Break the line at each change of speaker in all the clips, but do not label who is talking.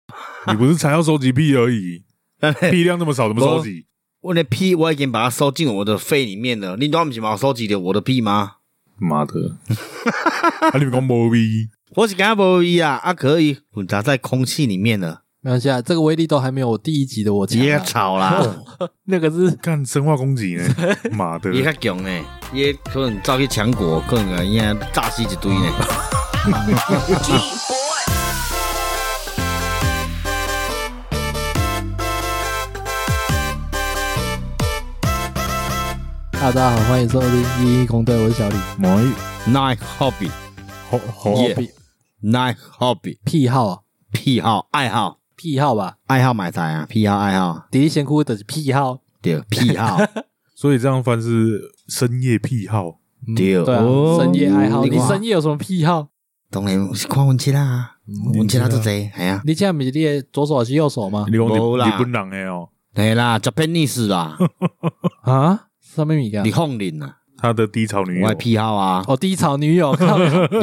你不是才要收集屁而已，屁量那么少，怎么收集？
我的屁我已经把它收进我的肺里面了，你都不是把我收集的我的屁吗？
妈的！ 啊，你们讲毛逼，
我是干不一啊，啊可以混杂在空气里面了，
没关系啊，这个威力都还没有我第一集的我强
野
啊。
草啦，
那个是
干生化攻 击呢？妈的！
也较强呢，也可能走去强国，可能啊应该炸死一堆呢。
大家好，欢迎收听一一公队，我是小李。
毛一
Nine hobby,
好
Oh,
好
Yeah nine hobby，
癖好啊，
癖好、爱好、
癖好吧，
爱好买菜啊，癖好、爱好，
迪丽仙姑的癖好。
对，癖 好，
所以这样翻是深夜癖好，
嗯
对
对啊
哦，
深夜爱好，
你
你
看
深夜有什么癖好？
当然是看文琪啦，
嗯
文琪啦
啊
都贼，哎呀，
你现在不是列左手还是右手吗？
你讲日
没啦
日本人的哦，
对啦，Japanese 啦，
啊，上面米干
你控领啦，
他的低潮女
我的
友，
癖好 啊，
哦，低潮女友， 靠
对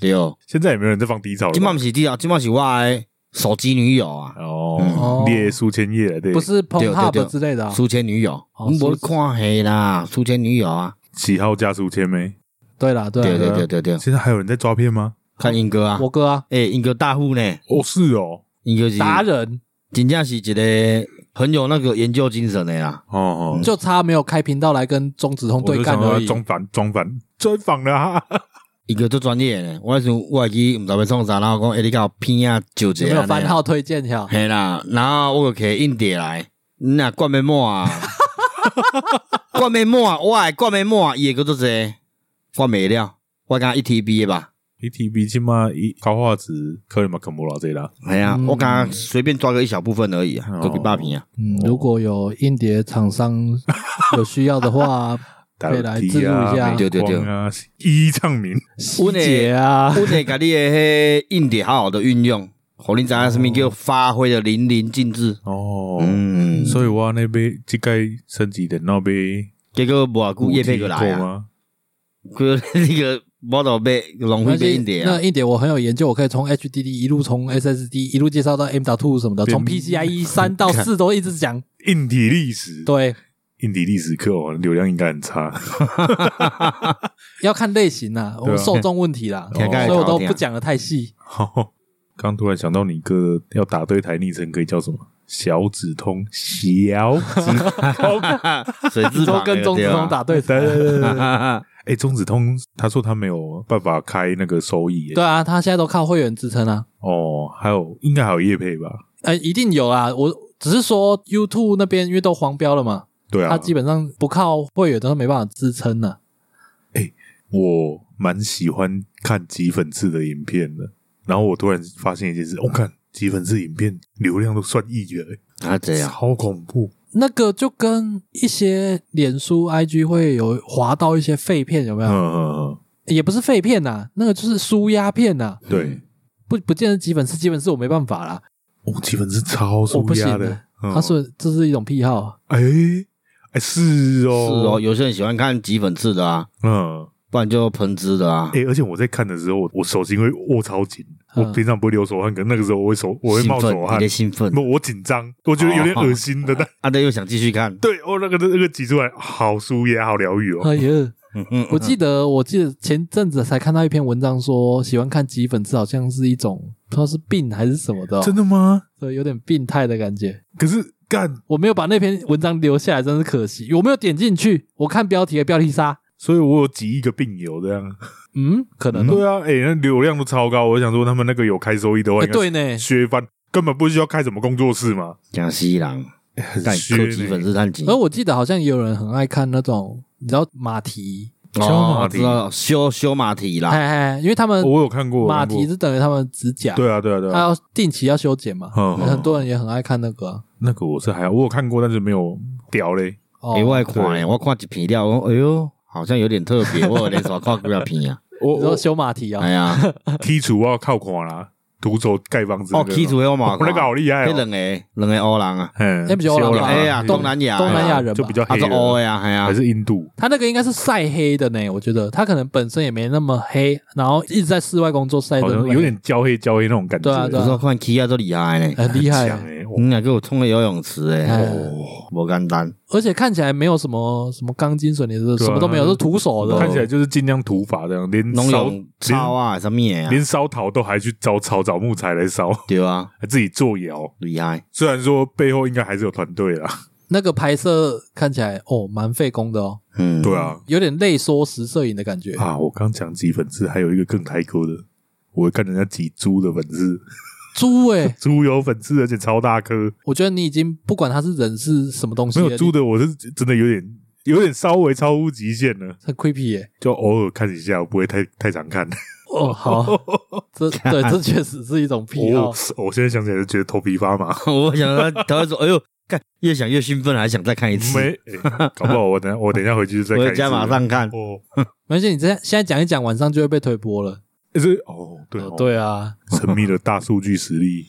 对，
现在也没有人在放低潮了
今晚
吧。
不是第二，今晚是我的手机女友啊，
哦
嗯，
列数千页了，对，
不是 p o
对
n
对
h u
对
b 之类的啊。
书签女友，
哦
你无
书
看黑啦，书签女友啊，
喜好加数千没？
对啦，
对
对啦，
对对对对，
现在还有人在抓片吗？
看英哥啊，
我哥啊，
诶，英哥大户呢，
哦，是哦，
英哥是
达人
真正是一个很有那个研究精神的啦。
哦哦，
就差没有开频道来跟中子通
我
对
就
干
想
而
要
已。
装反装反专访了哈，
伊个做专业呢，我迄阵我会记毋知要创啥，然后讲诶，你甲我片啊就这
有没有
样
番号推荐条？
嘿啦，然后我就摕硬碟来，你若灌面膜 啊，灌面膜啊，我诶灌面膜啊，伊会个做这，灌袂了，我敢一 TB 的吧，
一 T B 起码一高画质，可能嘛看不了这啦。
系啊，
嗯
我敢随便抓个一小部分而已啊，
哦
都比八片啊，
嗯，如果有硬碟厂商有需要的 话，可以来自录一下
对对对
光啊，一唱名
希姐啊，
我得甲你诶迄硬碟好好的运用，互你知影什么叫发挥的淋漓尽致，
哦。
嗯，
所以我那边这个升级的那边
结果无偌久叶配过来啊。
吗？
佮 那个我都被浪费被硬碟啊
那，硬碟我很有研究，我可以从 HDD 一路从 SSD 一路介绍到 M. two 什么的，
变
从 PCIe E 三到四都一直讲。
硬体历史，
对，
硬体历史课哦，流量应该很差。
要看类型啦，我们受众问题啦，哦
听起来
所以我
好
都
听
不讲的太细。
好，刚突然想到你哥要打对台昵称可以叫什么？小指通，小指通。
水字
都
旁
跟中
那
子
个啊
通 打对
对
台。
对对对
对啊，
哎，中子通他说他没有办法开那个收益耶，
对啊，他现在都靠会员支撑啊，
哦，还有应该还有业配吧？
呃，一定有啊。我只是说 YouTube 那边因为都黄标了嘛，
对
他
啊，
基本上不靠会员都没办法支撑啊了。
我蛮喜欢看挤粉刺的影片的。然后我突然发现一件事，我、看挤粉刺影片流量都算亿了、
啊这
欸，
样，
超恐怖。
那个就跟一些脸书、IG 会有滑到一些废片，有没有？
嗯嗯
也不是废片呐、那个就是输压片呐、
嗯，对，
不不见得基本是基本是我没办法啦，
哦，挤粉刺超
我
舒
不
压
行
的
的。。
嗯
他说这是一种癖好，
哎哎是
是哦，
哦，
有些人喜欢看挤粉刺的啊，
是哦，
不然就喷汁的啊
嗯，，哎，而且我在看的时候，我我手心会握超紧，
嗯
我平常不会流手汗，可是那个时候我会手我会冒
兴奋，
手
有
汗
点，兴奋，
不，我紧张，我觉得有点恶心的，但
啊，那又想继续看，
对哦，那个那个挤出来好舒压，好疗愈哦。
哎呀，
嗯嗯
我记得我记得前阵子才看到一篇文章说，喜欢看挤粉刺好像是一种不知道是病还是什么的哦、
真的吗？
对，有点病态的感觉。
可是干，
我没有把那篇文章留下来，真是可惜。我没有点进去，我看标题的标题杀，
所以我有几亿个病友这样。
嗯，可能、哦
对啊，哎、那流量都超高，我想说他们那个有开收益的话，
哎
应该
对呢，
削翻，根本不需要开什么工作室嘛，
讲西郎，
很
但
削
扣挤
呢、
粉刺探级
而，我记得好像也有人很爱看那种，你知道马蹄，
修
哦
马，蹄
知道修修马蹄
哎
啊
啦，
哎，因为他们
我有看过
马
我看过
蹄是等于他们指甲，
对啊，对啊，对
他
啊，
要定期要修剪嘛，
嗯嗯
很多人也很爱看那个啊。
那个我是还好我有看过，但是没有屌嘞。
哦
诶，我也看
对
诶，我看一片了，我哎哟，好像有点特
哦
别，我有连续看几啊片啊，
我哎
你说
我
修马蹄啊
哎，呀，
剔除我要靠垮啦，徒手盖房子那
哦，
个
起主我嘛
哦，那个好厉害
迄
哦，
两个两个欧人啊，
嗯
那，比较欧
是
人
欧
吧
人
哎呀，东南亚的啊，
东南亚人
哎
吧哦
就比较
啊，
黑
是
人
欧呀，哎呀
还，是印度，
他那个应该是晒黑的呢，我觉得他可能本身也没那么黑，然后一直在室外工作晒
好
的
像，有点焦黑焦黑那种感觉，
对啊对
有
啊
时候看起啊都厉害呢，
很厉害啊
强，哎，哇
你俩给我冲个游泳池哎，
哎
哦，
无简单，
而且看起来没有什么什么钢筋水泥的，
对啊
什么都没有，
他
是徒手
看起
的。
来就是尽量土法这样，连
拢
烧
用草啊什么的啊
连，烧陶都还去找草找木材来烧，
对啊，
还自己做窑。
厉害，
虽然说背后应该还是有团队啦，
那个拍摄看起来哦，蛮费工的哦，
嗯，
对，啊，
有点类缩时摄影的感觉。
啊，我刚讲挤粉丝，还有一个更开口的，我看人家挤猪的粉丝，
猪诶，
猪有粉丝，而且超大颗。
我觉得你已经不管它是人是什么东西
没
了，
有猪
你
的，我是真的有点有点稍微超乎极限了，
很 creepy 耶。
就偶尔看一下，我不会太太常看。
哦，好， 这对这确实是一种癖好
哦，， 我现在想起来就觉得头皮发麻。
我想到他会说，哎呦，看越想越兴奋，还想再看一 次，
没，哎搞不好我等下我等一下回去 再看
回
一
家
次
马上看，
哦，
而且你这样现在讲一讲，晚上就会被推播了。
是哦，对
哦
哦，
对啊，
神秘的大数据实 力，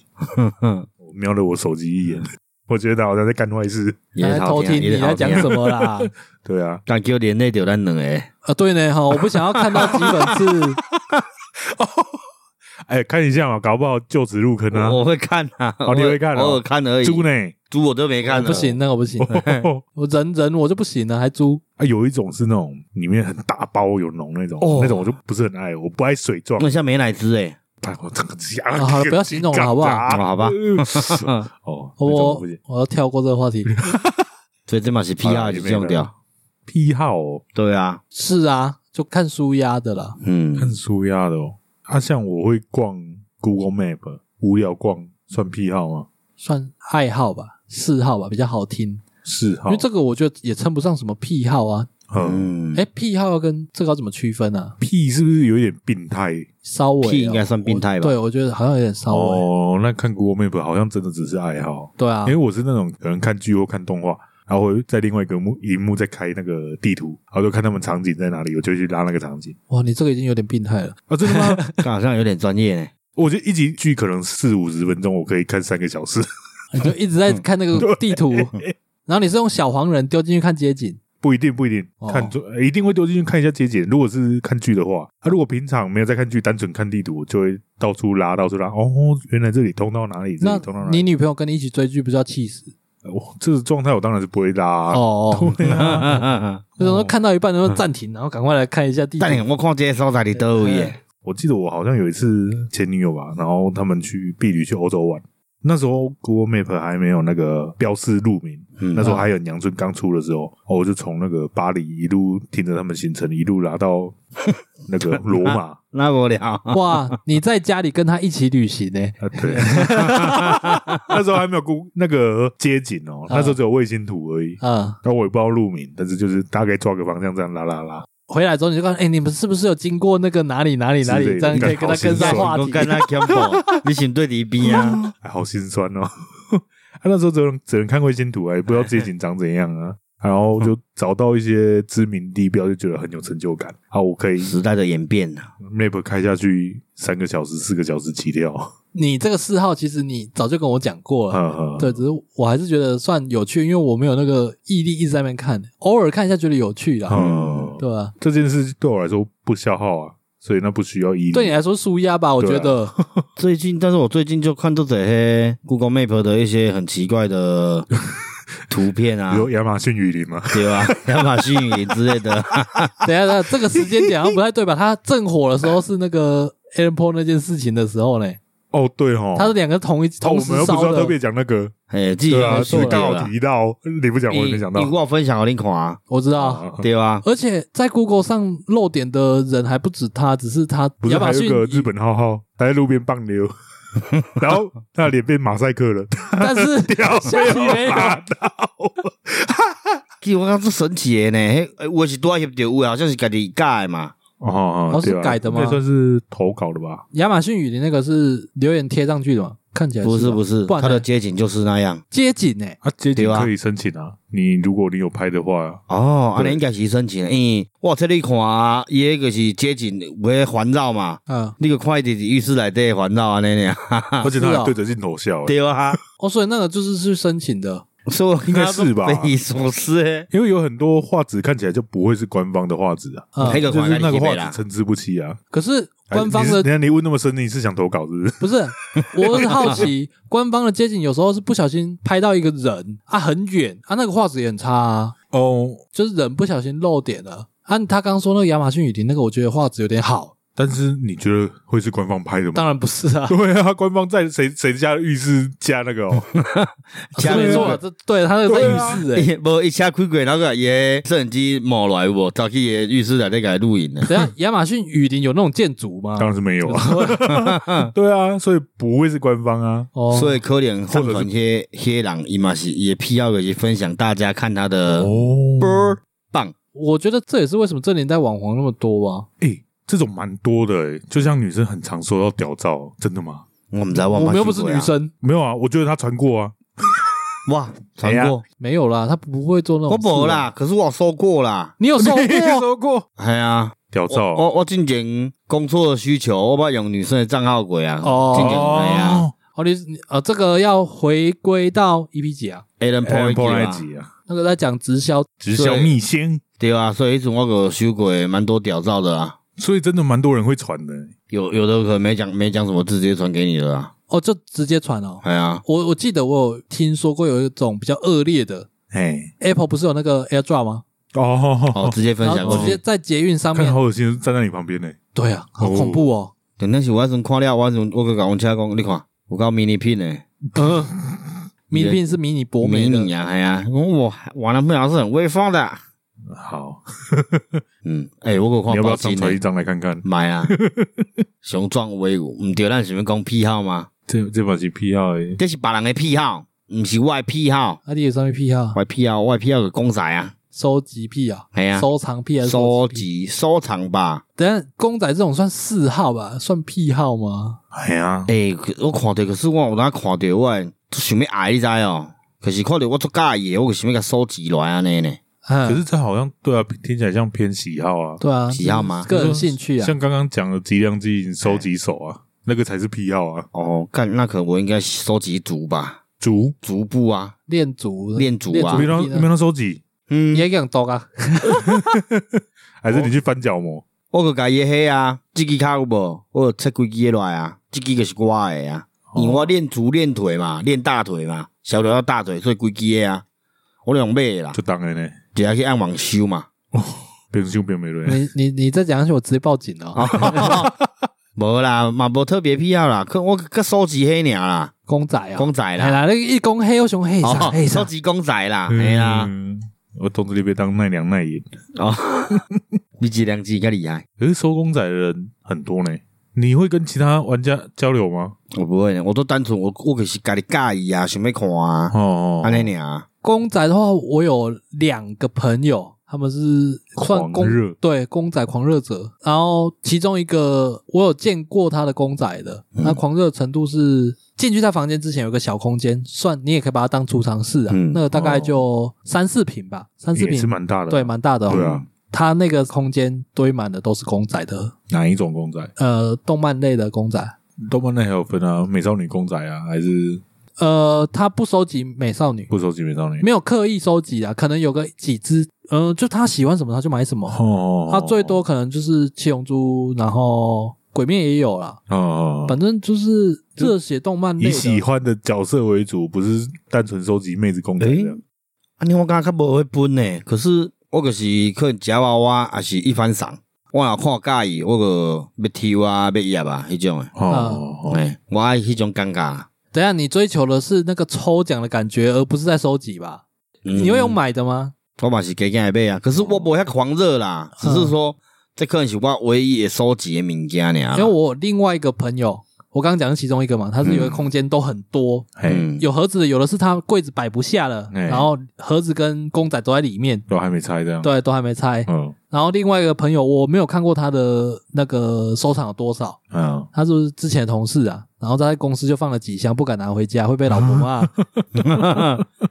嗯
我瞄了我手机一眼， 我觉得他好像在干坏事。
也
在
是
偷
好
听
听，啊
你在讲什
么？
么啦？
对啊，
敢叫连累掉咱两个，
啊，对呢，哈，我不想要看到几本 是
哎，看一下嘛，搞不好就此入坑啊。
我我会看啊，
哦你会看哦
偶尔看而已，
猪呢？
猪我都没看，啊
不行，，那个不行，我人人我就不行了，还猪
啊，有一种是那种里面很大包有脓那种，
哦
那种我就不是很爱，我不爱水状
那。像美乃滋哎，
但我这个
啊
牙，
好了，不要形容了，好不好？
好好吧
呃啊 哦，那种
我
不行
我要跳过这个话题。
所以这嘛是癖好
啊
就
也
这
没
样
了
掉，
癖好哦，
对啊，
是啊，就看书压的啦。
嗯
看书压的哦。啊，像我会逛 Google Map，无聊逛算癖好吗？
算爱好吧，嗜好吧，比较好听。
嗜好
因为，这个我觉得也称不上什么癖好啊。
嗯，
嗯，
哎，癖好跟这个要怎么区分啊？
癖是不是有点病态？
稍微哦
癖应该算病态吧
我对，我觉得好像有点稍微。
哦，那看 Google Map 好像真的只是爱好，
对啊
因为，我是那种可能看剧或看动画，然后我会在另外一个幕荧幕在开那个地图，然后就看他们场景在哪里，我就去拉那个场景。
哇，你这个已经有点病态了。
啊，真的吗？
这好像有点专业呢，
我觉得一集剧可能四五十分钟，我可以看三个小时，
你就一直在看那
嗯
个地图， 然后你是用小黄人丢进去看街景，
不一定不一定
哦
看就、呃一定会丢进去看一下节俭。如果是看剧的话，啊，如果平常没有在看剧，单纯看地图，我就会到处拉到处拉。哦，原来这里通到哪里，这
那
里通到哪
你
里。
女朋友跟你一起追剧，不是要气死？
呃我这个状态我当然是不会拉、啊。
哦，
对啊
就是说看到一半然后暂停，然后赶快来看一下地图。
但你我看这些所在你都有耶，
我记得我好像有一次前女友吧，然后他们去避旅去欧洲玩，那时候 Google Map 还没有那个标示路名，
嗯
那时候还有阳春刚出的时候，哦，我就从那个巴黎一路听着他们行程，一路拉到那个罗马。
那无聊，
哇，你在家里跟他一起旅行呢、
啊，对， 那时候还没有 Google 那个街景哦，那时候只有卫星图而已。
啊、
那我也不知道路名，但是就是大概抓个方向这样拉拉拉。
回来之后你就看，哎、你们是不是有经过那个哪里哪里
之
哪里？
类的
这样可以跟他跟上话
我
题。
哦
嗯
跟他 c a 你想对你边啊，
哎，好心酸哦。 啊、那时候只能只能看卫星图啊，也不知道街景长怎样啊。然后就找到一些知名地标，就觉得很有成就感。啊，我可以
时代的演变呐，啊
map 开下去三个小时、四个小时起跳。
你这个嗜好其实你早就跟我讲过了，
嗯嗯，
对，只是我还是觉得算有趣，因为我没有那个毅力一直在那边看，偶尔看一下觉得有趣啦，
嗯，
对啊吧？
这件事对我来说不消耗啊，所以那不需要毅力。
对你来说舒压吧，我
对啊
觉得。
最近，但是我最近就看到这些 Google Map 的一些很奇怪的图片啊
比，如亚马逊雨林嘛，
对吧？ 亚马逊雨之类的，
等一下，等一下，这个时间点好像不太对吧？他正火的时候是那个 Aaron Paul 那件事情的时候呢，
哦，对哦，
他是两个同一
哦，
同
我
时
们又不
烧
知道特别
的。
讲那个，
哎，自己
对啊，
有
所
数
以
据
刚
啦
好提到，你不讲我也没想到
你。我有分享给你看啊，
我知道，
啊
对吧？
而且在 Google 上漏点的人还不止他，只是他
不是
亚马
还有
逊
一个日本浩浩，他在路边棒溜，然后他的脸变马赛克了，
但是
屌
下集没
没有
有
打到，
其实我感觉是神奇的呢，迄我是多翕到有的，好像是家己改的嘛，
哦哦
哦是改的吗
应该算是投稿的吧？
亚马逊雨林那个是留言贴上去的嘛？看起来
不是不
是吧
是，
不然
他
呢
的街景就是那样。
街景哎、
啊，接
对
近
啊
可以申请啊。你如果你有拍的
啊
话，
哦，安
对
尼应该是申请的，因为我这里看啊，伊迄个是街景有迄环绕嘛，
嗯，
你个看伊就是浴室内底的环绕安尼俩，
而且他
是哦
还对着镜头笑、欸，
对啊，
哦，所以那个就是去申请的，
所以我
应该是吧
匪夷所思的。
因为有很多画质看起来就不会是官方的画质啊，
嗯
那，个
就
款
是那个
你
画
啦
质，参差不齐啊。
可是官方
哎你是
的
等一下你问那么深，你是想投稿是不是？
不是，我是好奇，官方的街景有时候是不小心拍到一个人啊，很远啊，那个画质也很差啊，
哦，
就是人不小心漏点了。按、他刚说那个亚马逊雨林那个，我觉得画质有点好，
但是你觉得会是官方拍的吗？
当然不是 啊，
对啊，官方在谁谁家的浴室加那 个哦，
加
没错，这对他那个在
对啊
浴室哎、欸
无一下开过，然后伊摄影机摸来我，走去伊浴室内底给他录影的。
等一下亚马逊雨林有那种建筑吗？
当然是没有啊。 对啊，所以不会是官方啊。
哦，
所以可能上
或者
传些些人伊嘛是也必要去分享大家看他的波
哦，
儿棒，
我觉得这也是为什么这年代网红那么多啊吧。
哎，这种蛮多的哎，就像女生很常收到屌照，真的吗？
我们在
我们又不是女，生，
没有啊，我觉得她传过啊。
哇，传
哎呀
过
没有啦，他不会做那种。啊
我无，啦，可是我有收过啦，
你有收 过？
收过
系啊，
屌
我
哦
照
我我进前工作的需求，我捌用女生的账号过啊，
哦
进前系啊
哦
哦，你你呃，这个要回归到 EP 几啊？
，Alan
，Aaron
Paul
Paul 那一
那集啊
集啊，
那个在讲直销，
直销蜜仙，
对啊，所以迄阵我有收过蛮多屌照的啊，
所以真的蛮多人会传的欸。
有有的可能没讲没讲什么，直接传给你了啊，
哦，就直接传哦。
系啊，
我我记得我有听说过有一种比较恶劣的
哎，
Apple 不是有那个 AirDrop 吗？
哦，
哦，
直接分
然
享
后
过
直接
去。
在捷运上
看
面，
好恶心，站在你旁边呢。
对啊，好恐怖哦。
等那时我迄阵看了，我迄阵我个甲阮车讲，你看有够迷你片呢，
嗯， 迷你片是迷你博
哦迷
美的
你啊，系啊，我我男朋友是很威风的，
好，
嗯，诶，我
你
有看
要不
报
要
纸
上
呢
传一。张来看看？
买啊，雄壮威武，毋对，咱想要讲癖好吗？
这这把是 P 二诶，
这是别人的癖好，毋是我的癖好，
阿弟啊有上面癖好
我，的癖好，我的癖好是公仔啊，
收集癖啊，
哎呀、
收藏癖还是
收
癖？
集收藏吧。
等一下公仔这种算嗜好吧，算癖好吗？
哎呀，
诶、可我看着，可是我有哪看着我的就想要爱你知哦，可是看着我做介意的，我就想要甲收集落来安尼呢。
可
可是这好像对啊，听起来像偏喜好啊。
对啊，
喜好吗
个人兴趣啊，
像刚刚讲的吉良剂收集手啊，那个才是癖好啊。
哦，干那可我应该收集足吧，
竹，
足部啊，
练足，
练足
练
啊
足
没让没让收集，
你
嗯，
也讲多啊？
还是你去翻角膜？
我个家己迄啊，即支骹有无？我有切几支的落来啊，即支就是我的啊。因为我练足练腿嘛，练大腿嘛，小腿到大腿，所以规支的啊。我两买的啦，
就当然呢，
直接去按网修嘛。
边修边没人。
你你你再讲下去，我直接报警了
啊
哦。
无啦，嘛无特别必要啦，可我个收集黑鸟啦，
公仔啊，
公
哎
仔
来
啦，
啦，那个一公黑又熊黑啥
哦
黑，
收
啥？
集公仔啦，
嗯
哎呀，
我动这里被当奈良奈也。
哦，比这两只较厉害。
可是收公仔的人很多呢，你会跟其他玩家交流吗？
我不会呢，我都单纯我我就是家己介意啊，想要看啊，
哦，
安尼尔。
公仔的话，我有两个朋友，他们是算公
狂热
对公仔狂热者。然后其中一个我有见过他的公仔的，
嗯
他狂热程度是进去他房间之前有个小空间，算你也可以把它当储藏室啊，
嗯
那个大概就三四平吧，三四
哦也
平
是蛮大的，
对，蛮大的、哦。
对啊。
他那个空间堆满的都是公仔的，
哪一种公仔？
呃，动漫类的公仔。
动漫类还有分啊，美少女公仔啊，还是
呃，他不收集美少女，
不收集美少女？
没有刻意收集啊，可能有个几只，嗯、就他喜欢什么他就买什么。
哦，
他最多可能就是七龙珠，然后鬼灭也有啦，
哦，
反正就是热血动漫类
以喜
的。
欢的角色为主，不是单纯收集妹子公仔
诶
这样。
安尼我感觉较无会分呢，可是我就是可能夹娃娃，也是一番赏。我若看介意，我个要抽啊，要叶啊，迄种诶。
哦，
哎、我爱迄种尴尬。
等一下你追求的是那个抽奖的感觉，而不是在收集吧？
嗯
你会用？买的吗？
我嘛是加减买啊，可
哦
是我无遐狂热啦，只
嗯
是说这可能是我唯一会收集的物件尔。
啊
因为我有另外一个朋友，我刚刚讲的其中一个嘛，他是有个
嗯
空间都很多，
嘿，
嗯
有盒子的，有的是他柜子摆不下了，
哎嗯
然后盒子跟公仔都在里面，
都还没拆这样。，
对，都还没拆。
嗯
然后另外一个朋友，我没有看过他的那个收藏有多少，
嗯，
他是不是之前的同事啊？然后他在公司就放了几箱，不敢拿回家，会被老婆骂。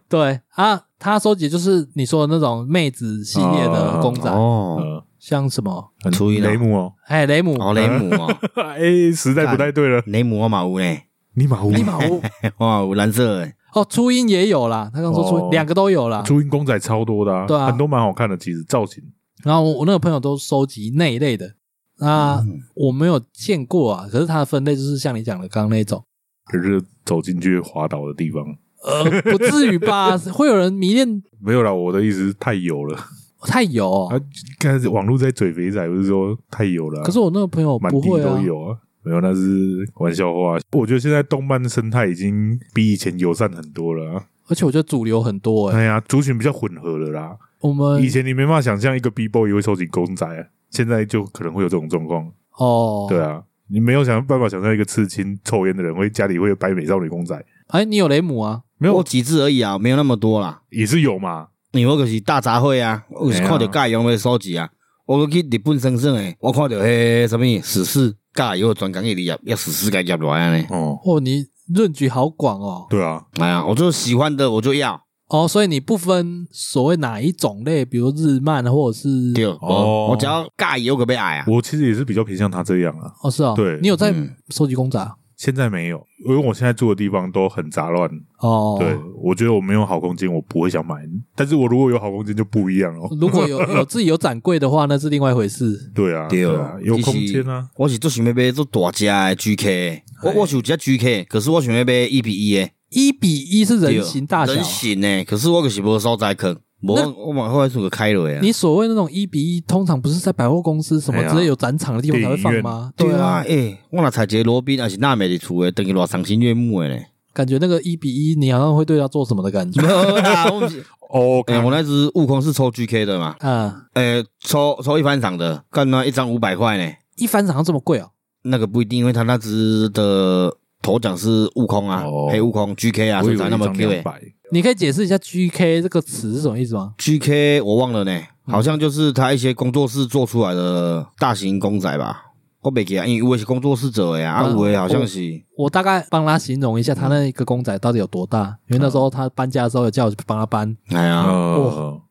对啊，他收集就是你说的那种妹子系列的公仔，
哦，
呃，
像什么
很
初一了
雷姆哦，
哎雷姆，
哦，雷姆 哦，
哎，时代不太对了，
雷姆我嘛有呢，
尼玛乌，
立马屋
哇，有蓝色的，
哦初音也有啦，他刚说初
哦
音两个都有啦。
朱茵公仔超多的，
对啊
很多蛮好看的，其实造型
然后我我那个朋友都收集那一类的，那
嗯
我没有见过啊，可是它的分类就是像你讲的刚刚那种。
可是走进去会滑倒的地方
呃，不至于吧？ 会有人迷恋
没有啦，我的意思是太油了。
太油、
啊
哦？，
刚才网络在嘴肥仔不是说太油了啊、
可是我那个朋友
满
不
地
会啊
都。有啊。没有，那是玩笑话。我觉得现在动漫生态已经比以前友善很多了、啊。
而且我觉得主流很多哎、
哎呀，族群比较混合了啦。
我们
以前你没办法想象一个 B boy 也会收集公仔、啊，现在就可能会有这种状况。
哦，
对，啊，你没有想办法想象一个刺青、抽烟的人会家里会有摆美少女公仔，
哎，你有雷姆啊？
没有
我几只而已啊，没有那么多啦。
也是有嘛。
因为我就是大杂烩啊，我就是看到介样的收集啊。我去日本深圳诶，我看到迄什么史诗介药专工一里啊，要史诗给夹落来啊呢。
哦，
哦，你论据好广哦。
对啊，
哎呀，我就喜欢的我就要，
哦，所以你不分所谓哪一种类，比如日漫或者是
对，
哦
我我只要介药个要爱啊。
我其实也是比较偏向他这样啊。
哦是哦，
对
你有在
嗯
收集公仔啊、
现在没有，因为我现在住的地方都很杂乱，
哦？
对，我觉得我没有好空间，我不会想买。但是我如果有好空间就不一样哦。
嗯
如果有有自己有展柜的话，那是另外一回事。
对啊，
对哦
啊，有空间啊。
我是做想要买做大只的 GK，我我是有只 GK，可是我想要买一比一的哦
一比一是人形大小啊，
人形的，可是我就是无所在坑，无
那
我往后来做个开落啊。
你所谓那种一比一，通常不是在百货公司什么
哎呀
之类有展场的地方才会放吗？对啊，
诶，欸我若采一个罗宾，还是娜美的厝诶，等于偌赏心悦目 诶咧。
感觉那个一比一，你好像会对他做什么的感觉
没有啦，我不 是，
哦，
诶、哎欸我那只悟空是抽 GK 的嘛，
啊？
诶、抽抽一番赏的，干那一张五百块呢，
一番赏这么贵哦？
那个不一定，因为他那只的头奖是悟空啊，
哦
黑悟空 GK 啊，
我
所
以
以才
为
那么 Q 诶、
两百，
你可以解释一下 “GK” 这个词是什么意思吗？
GK 我忘了呢，
嗯
好像就是他一些工作室做出来的大型公仔吧，我袂记啊，因为有的是工作室做的啊，啊
嗯
有的好像是。
我大概帮他形容一下，他那个公仔到底有多大？因为那时候他搬家的时候有叫我去帮他搬
哎
哦
呀，
呃，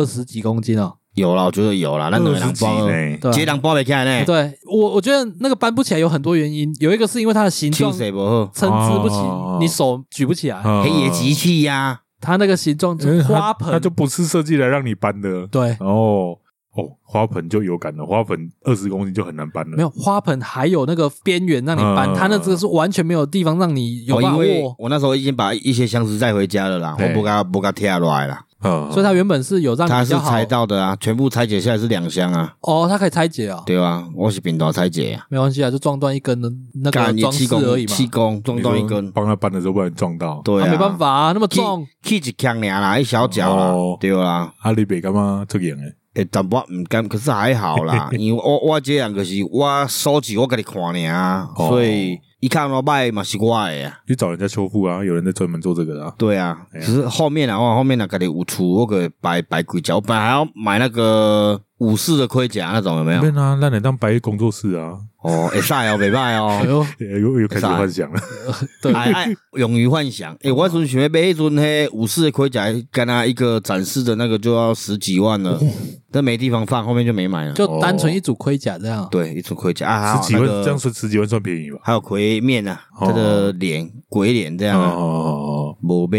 二十几公斤哦。
有啦，我觉得有啦，那
二
两
十
人
几
包，
呢，
对啊
这人包袂起来呢，
对我我觉得那个搬不起来有很多原因，有一个是因为它的形
清
状
水不好。
参差不齐
哦，
你手举不起来。
嗯
黑野机器呀、
它那个形状
因为
就是
它
花
它
盆
就，不是设计来让你搬的。
对，
哦哦，花盆就有感了，花盆二十公斤就很难搬了。
没有花盆，还有那个边缘让你搬，
嗯
它那这个是完全没有地方让你有
哦
把
因为
握，
我那时候已经把一些箱子带回家了啦，
对
我不敢不敢贴落来啦。
嗯，
所以它原本是有让你
它
比
是
较好
拆到的啊，全部拆解下来是两箱啊，
哦，它可以拆解哦，
对啊，我是扁桃拆解啊，
没关系啊，就撞断一根的那个
干你
装
气
饰而已
功
嘛，
气功撞
嗯你
到一
说
根，
帮他搬的时候不然撞到。
对
它
啊，
没办法啊，那么
气，
重，
气一强俩啦，一小脚啦，
哦
对啦，
阿里北干嘛这个样诶？
诶，淡薄唔甘，可是还 好啦，因为我我这样就是我手机我给你看尔啊，
哦
所以一看到卖嘛是我的啊。
去找人家修复啊，有人在专门做这个的啊。
对啊，
哎
只
呀
是后面啊，我后面那个里五出，我给白白盔甲，我本来还要买那个武士的盔甲那种，有没有
没？啊，那你当白工作室啊，
哦，会使哦，袂歹
哎
哦，
呦，
欸又又开始
啥
幻想了。
对
哎哎，勇于幻想。诶，我迄阵想要买迄阵迄武士的盔甲，干那一个展示的那个就要十几万 了，但没地方放，后面就没买了。
就单纯一组盔甲这样，
对，一组盔甲啊，
十
还
几
有
万
那
这样
个
算十几万算便宜吧？
还有盔面啊，
哦
他的脸鬼脸这样
哦
啊，
哦
无买，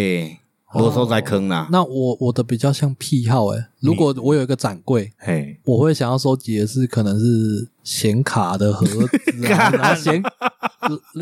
无收在坑啦。
那我我的比较像癖好诶、如果我有一个展柜。
嘿，
我会想要收集的是，可能是显卡的盒子 啊，然后显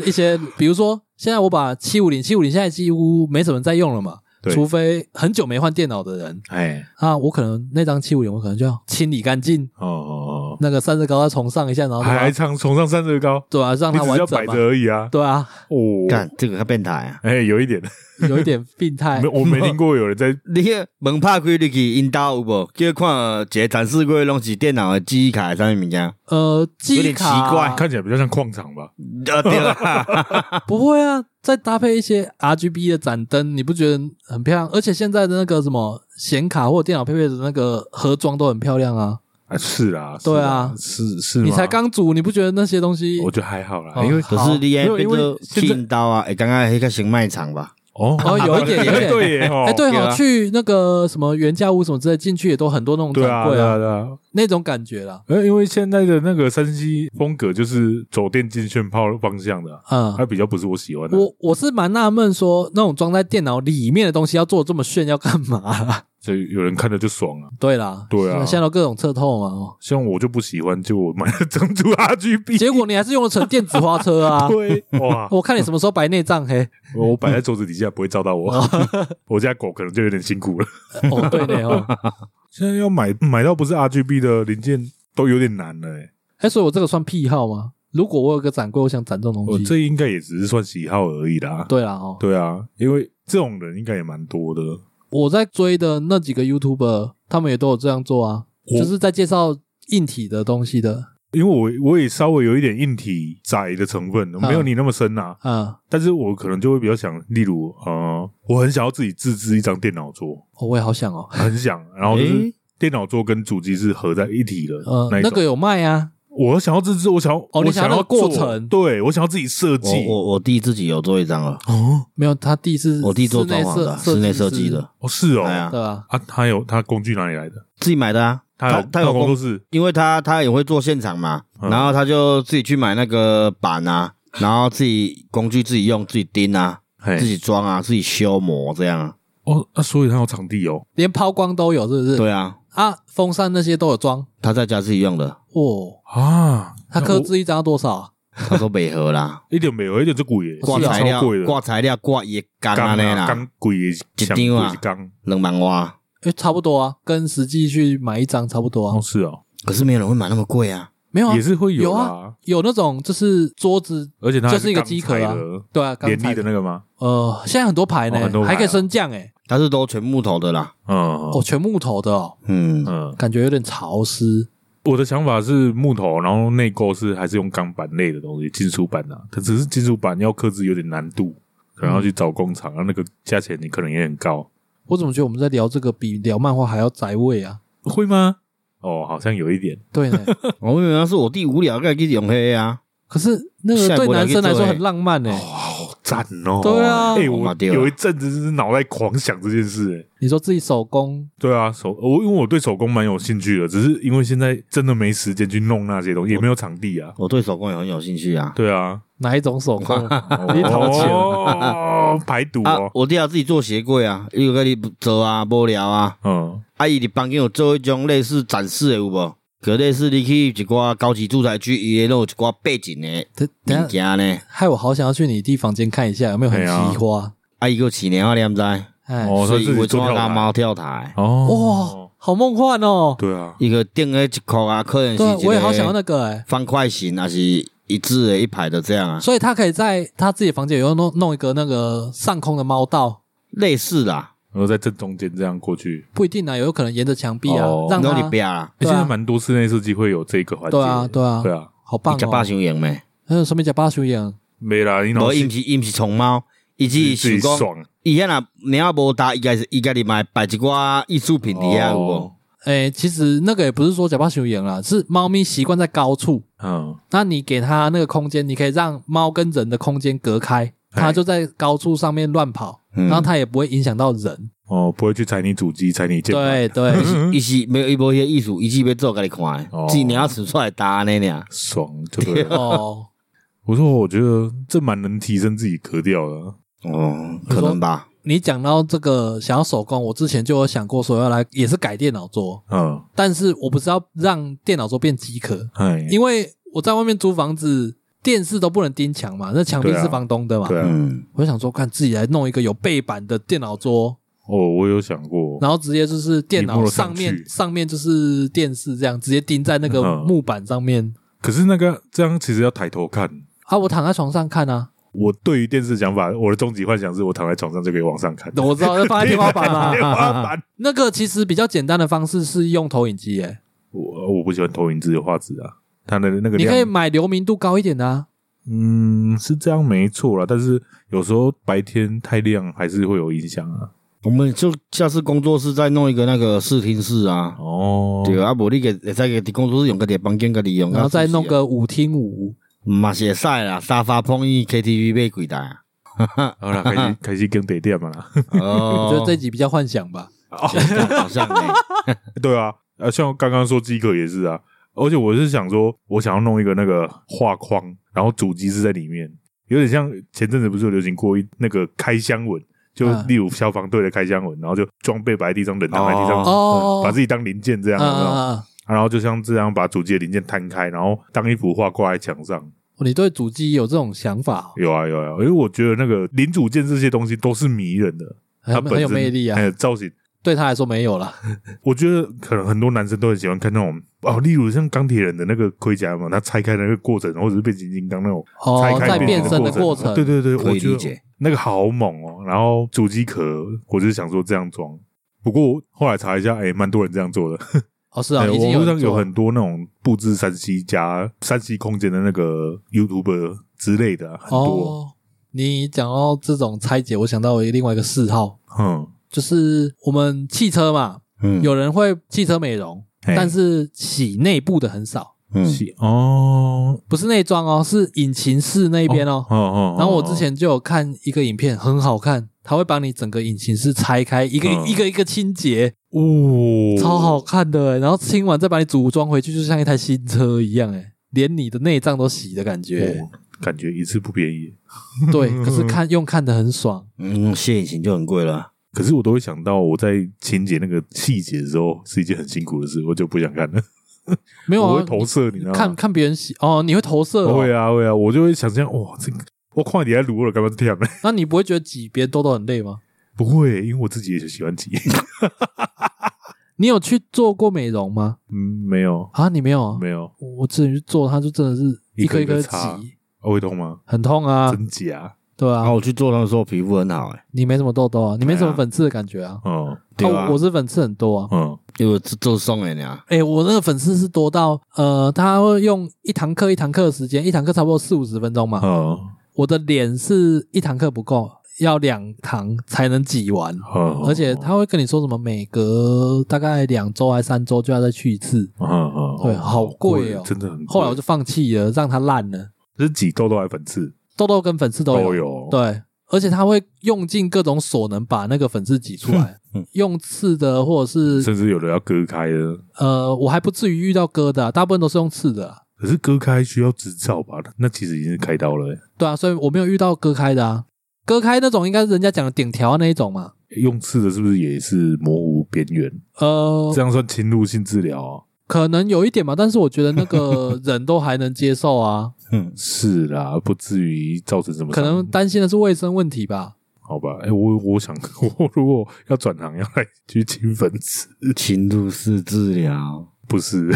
一些，比如说现在我把七五零，七五零现在几乎没什么人在用了嘛，
对
除非很久没换电脑的人
哎，
啊，我可能那张七五零我可能就要清理干净，
哦哦
那个散热膏再重上一下，然
哦，
后
还
把
还
它
常崇尚散热高，
对啊，让
你
它
只是
完
要
整
摆
嘛
着，而已啊。
对啊，
哦，
干这个较变态啊！
哎，有一点，
有一点病态
没，我没听过有人在
你迄门拍开入去，因兜有无？叫看一个展示柜拢是电脑的记忆卡，啥物物件？
呃，记
有
忆
点奇
卡
怪
看起来比较像矿场吧？
啊，对啦，
不会啊，再搭配一些 RGB 的盏灯，你不觉得很漂亮？而且现在的那个什么显卡或者电脑配备的那个盒装都很漂亮啊。
啊，是啊，是
对
啊
啊，
是是吗，
你才刚煮，你不觉得那些东西？
我觉得还哎好啦，
哦
因为
可是你
没
也
有
变
因为
做
现在
进刀啊，哎，刚刚那个型卖场吧，
哦
哦有一点有一点
对耶哦
哎，对
对
哈，
啊
去那个什么原价屋什么之类，进去也都很多那种
对啊
展柜
对啊，对啊，
那种感觉啦。
呃，因为现在的那个山西风格就是走电竞炫炮方向的啊，
嗯，
它比较不是我喜欢的。啊
我我是蛮纳闷，说那种装在电脑里面的东西要做得这么炫，要干嘛 啦？
所以有人看了就爽啊。
对啦，
对啊
现在都各种测透嘛。哦
像我就不喜欢，就我买了 整组 RGB，
结果你还是用了成电子花车啊！
对，哇，
我看你什么时候白内障嘿？
我摆在桌子底下不会照到我， 我家狗可能就有点辛苦了。
哦，对呢哦。
现在要买买到不是 RGB 的零件都有点难了、欸，
哎，所以我这个算癖好吗？如果我有个展柜，我想展这种
我
东西，
这应该也只是算喜好而已啦。
对啦哦。
对啊，因为这种人应该也蛮多的。
我在追的那几个 YouTuber，他们也都有这样做啊，
我
就是在介绍硬体的东西的。
因为我我也稍微有一点硬体窄的成分，没有你那么深啊，
嗯，
但是我可能就会比较想，例如呃，我很想要自己自制一张电脑桌，
哦我也好想哦。
很想，然后就是
诶
电脑桌跟主机是合在一体的
嗯
那，一
那
种。
个有卖啊。
我想要自制，我想要
哦
我
你想要
要
那个过
做
程
对我想要自己设计
我。我我弟自己有做一张哦，
哦
没有，他弟是
我弟做
室内
装潢的，
设
室内设计
师
的，
哦是哦，
哎
啊
呀
对啊，
他有他工具哪里来的？
自己买的啊，
他有
他有
工作
工
室
因为他他也会做现场嘛，
嗯
然后他就自己去买那个板啊，然后自己工具自己用，自己钉啊，
嘿
自己装啊，自己修磨这样啊。
哦，那所以他有场地哦。
连抛光都有，是不是？
对啊，
啊，风扇那些都有装。
他在家自己用的，
哦，
啊，
他
那
刻
我，
制一张要多少啊？
他说北河啦
一点没有，一点就贵耶，
挂
是啊
材料
超贵的，
挂材料挂一缸啊那
啊，
啦，
钢贵也想贵
张啊
是钢，
冷万哇，
诶，差不多啊，跟实际去买一张差不多啊
哦。是哦，
可是没有人会买那么贵啊。
没有啊
也，是会
有
啊，
有那种就是桌子，
而且它
就是一个机壳
壳
啊对啊，
联
刚才
立的那个吗？
呃，现在很多牌呢
哦很多，牌啊
还可以升降诶。
他是都全木头的啦，
嗯
哦，全木头的哦，
嗯，
嗯，
感觉有点潮湿。
我的想法是木头，然后内构是还是用钢板类的东西，金属板啊，它只是金属板要刻制有点难度，可能要去找工厂，然后那个价钱你可能也很高，
我怎么觉得我们在聊这个比聊漫画还要宅味啊？
会吗？哦，好像有一点，
对 呢，
我原来是我弟无聊该去用黑啊，
可是那个
下一
对
波
男
来去
生来
做
说
欸
很浪漫呢。
好赞哦！
对啊
哎，
哦
我
嘛对啊
有一阵子是脑袋狂想这件事，哎，
你说自己手工
对啊，手我因为我对手工蛮有兴趣的，只是因为现在真的没时间去弄那些东西，也没有场地啊。
我对手工也很有兴趣啊。
对啊，
哪一种手工？ 你掏钱
哦，排毒
啊
哦，，
我弟要自己做鞋柜啊，伊有个你做啊，无聊啊，
嗯，
啊，伊伫房间有做迄种类似展示的有无？可类似你去一寡高级住宅区，伊会有一寡背景的
等等一
物
下，
件呢。
害我好想要去你弟房间看一下有没有很
哎呀
奇花。
啊，伊个饲猫啊，你毋知？
哎，
哦
所
他自
以
己
为
做跳
抓
台
到猫跳台，
哦
哇，，好梦幻哦！
对啊，
伊个顶个一箍啊，可能
对啊，
是
我也好想要
要
那个哎，
方块形，还是一致的一排的这样啊，
所以他可以在他自己房间有弄弄一个那个上空的猫道，
类似啦，
然后在正中间这样过去。
不一定啊，有可能沿着墙壁啊
哦，
让
弄里
他
边啦，
哎
对啊
现在蛮多室内设计会有这个环节，
对啊对啊
对啊，
好棒
你食饱
哦！
伤用咩？
还有什么叫巴熊眼？
没啦，你脑
无伊
筋
毋是伊毋是宠猫，伊只
自己
是想讲，
爽，
伊遐若猫无搭，伊家是伊家己买摆一寡艺术品伫遐有无
哦？
哎，其实那个也不是说假巴熊眼啦，是猫咪习惯在高处，
嗯，
那你给它那个空间，你可以让猫跟人的空间隔开，
哎
它就在高处上面乱跑，
嗯
然后它也不会影响到人。
哦，不会去踩你主机，踩你键盘，
对对，
伊是没有伊无迄个意思，伊只要做给你看的
哦，
只鸟生出来打那俩。
爽就对了。
哦，
我说，我觉得这蛮能提升自己格调的啊。
哦，可能吧。
你讲到这个想要手工，我之前就有想过说要来也是改电脑桌，
嗯，
但是我不是要让电脑桌变机壳，
哎，
因为我在外面租房子，电视都不能钉墙嘛，那墙壁
对啊
是房东的嘛，
对啊，
嗯，
我就想说看自己来弄一个有背板的电脑桌，
哦，我有想过，
然后直接就是电
你摸
脑
得上
上面
去
上面就是电视这样，直接钉在那个
嗯
木板上面。
可是那个这样其实要抬头看。
啊，我躺在床上看啊，
我对于电视想法，我的终极幻想是我躺在床上就可以往上 看。
我知道就放在天花板嘛
天。花板，
那个其实比较简单的方式是用投影机，诶，
我我不喜欢投影机的画质啊，它的那个
你可以
亮，
买流明度高一点的啊。
嗯，是这样没错啦。但是有时候白天太亮还是会有影响啊。
我们就下次工作室再弄一个那个视听室啊，
哦，
对啊，啊，无你给会使给工作室用个点房间个利用，
然后再弄个舞厅舞，
啊嗯嘛是会使啦，沙发碰椅 KTV 买几台啊，
好啦，开始开始跟地点嘛啦。
哦
我觉得这集比较幻想吧。
好像欸
对啊，呃，像刚刚说机壳也是啊，而且我是想说，我想要弄一个那个画框，然后主机是在里面，有点像前阵子不是有流行过一那个开箱文，就
嗯
例如消防队的开箱文，然后就装备摆在地上，人躺在地上，
哦，
把自己当零件这样，
啊
有没有
啊啊！
然后就像这样把主机的零件摊开，然后当一幅画挂在墙上。
哦你对主机有这种想法哦，
有啊有啊，有啊因为我觉得那个零组件这些东西都是迷人的，它
很
本身
很有魅力啊
还。有造型。
对他来说没有啦，
我觉得可能很多男生都很喜欢看那种哦，例如像钢铁人的那个盔甲嘛，他拆开的那个过程，或者是变形金刚那种
哦
拆，开
在变
形
身的过
程，
程，
对对对，
可
我
以
觉
理
得
解。
那个好猛哦。然后主机壳，我就是想说这样装。不过后来查一下，哎，蛮多人这样做的。
哦是啊，已经
网
有
络
人
上有
做了
很多那种布置山西加山西空间的那个 YouTube 之类的啊，很多。
哦。你讲到这种拆解，我想到我另外一个嗜好，
嗯，
就是我们汽车嘛，
嗯，
有人会汽车美容，
嘿
但是洗内部的很少，
嗯
是哦
不是内装哦，是引擎室那边哦。
哦哦。
然后我之前就有看一个影片，很好看，它会把你整个引擎室拆开，一个、
嗯
一个一个清洁，
哦，
超好看的欸。然后清完再把你组装回去，就像一台新车一样，哎，连你的内脏都洗的感觉。
哦，感觉一次不便宜。
对，可是看用看的很爽。
嗯，谢引擎就很贵了。
可是我都会想到我在清洁那个细节的时候是一件很辛苦的事，我就不想看了。
没有
我
啊
会，投射，你知道吗？
看看别人洗哦，你会投射、哦，
我会啊，会啊，我就会想象哇，这个我快点来撸了，干嘛这样呢？
那你不会觉得挤别人痘痘很累吗？
不会，因为我自己也喜欢挤。
你有去做过美容吗？
嗯，没有，
啊，你没有啊？
没有，
我我之前去做，它就真的是
一
颗
个
一
一个
颗
擦
挤，
啊会痛吗？
很痛啊，
真假？
对
然
啊
后，我去做的时候皮肤很好，哎，
你没什么痘痘啊，你没什么粉刺的感觉啊。
嗯
对吧
啊我？我是粉刺很多啊。
嗯，
因为我做做送的俩，
哎、我那个粉刺是多到，呃，他会用一堂课一堂课的时间，一堂课差不多四五十分钟嘛。
嗯，
我的脸是一堂课不够，要两堂才能挤完，
嗯
而且他会跟你说什么，每隔大概两周还三周就要再去一次。
嗯嗯，
对好贵哦
真的很贵。
后来我就放弃了，让它烂了。
这是挤痘痘还粉刺哦
痘痘跟粉刺都有，
都有，
对，啊而且它会用尽各种所能把那个粉刺挤出来，
嗯
用刺的或者是
甚至有的要割开的。
呃，我还不至于遇到割的啊、大部分都是用刺的啊、
可是割开需要执照吧？那其实已经是开刀了欸、
对啊，所以我没有遇到割开的啊，割开那种应该是人家讲的顶条那一种嘛，
用刺的是不是也是模糊边缘？
呃
哦
这，样算侵入性治疗啊？
可能有一点吧，但是我觉得那个人都还能接受啊，
嗯，
是啦，不至于造成什么
可
伤。
能担心的是卫生问题吧。
好吧？哎、我我想， 我如果要转行，要来去清粉刺，
侵入式治疗，
不 是？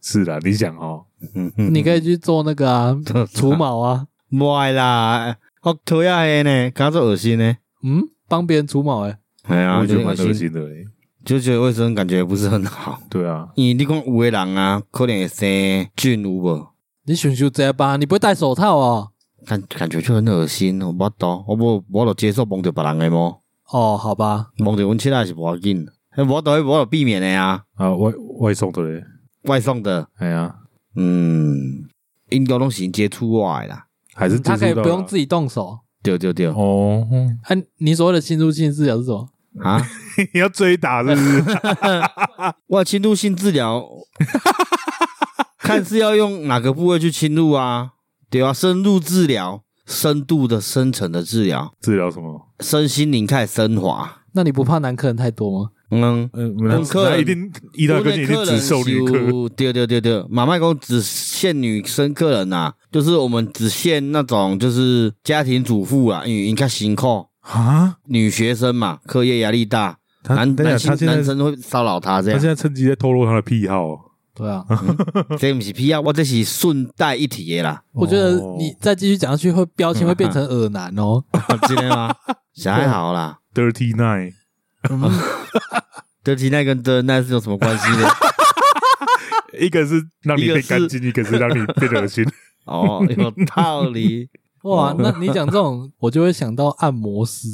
是啦，你想哦，
嗯哼
你可以去做那个啊，除毛啊，
不爱啦，我讨厌黑呢，感觉恶心呢，
嗯，帮别人除毛、欸，
哎呀，
我也觉啊得蛮
有点
恶
恶，
心的、欸。
就觉得卫生感觉不是很好。
对啊，
因为你讲有的人啊，可能会生菌有无，
你选修这吧，你不会戴手套哦？
感感觉就很恶心，我不懂，我无我就接受摸着别人的毛，
哦，好吧，
摸着阮妻仔是无要紧，迄无倒无就避免的啊，
啊外外送的嘞，
外送的，
哎呀，
嗯，应该拢是接触我的啦，
还是
嗯他可以不用
己
自己动手。
对对对，
哦，嗯
啊，你所谓的侵入性治疗是什么？
啊，
你要追打是不 是？
我侵入性 治疗，看是要用哪个部位去侵入啊？对啊，深入治疗，深度的、深层的治疗，
治疗什么？
身心灵开始升华。
那你不怕男客人太多吗？
嗯，
嗯，那
顾客
那一定医大哥你一定只受女
我们
科
客人是，对对对对，马麦公只限女生客人呐、啊就是我们只限那种就是家庭主妇啊，因为应该辛苦，
啊？
女学生嘛，课业压力大，
他
男
等一
男
下，他
性
现
男
在
生会骚扰她这
他现
样，
在趁机在透露他的癖好哦、
对啊，
这不是屁啊，我这是顺带一提的啦，
我觉得你再继续讲下去，会标签会变成耳男哦。
今天吗？小孩好啦。
Dirty Nine
嗯
德吉奈跟德奈是有什么关系呢？
一个是让你变干净，一个是让你变恶 心。
哦，有道理。
哇，那你讲这种，我就会想到按摩师。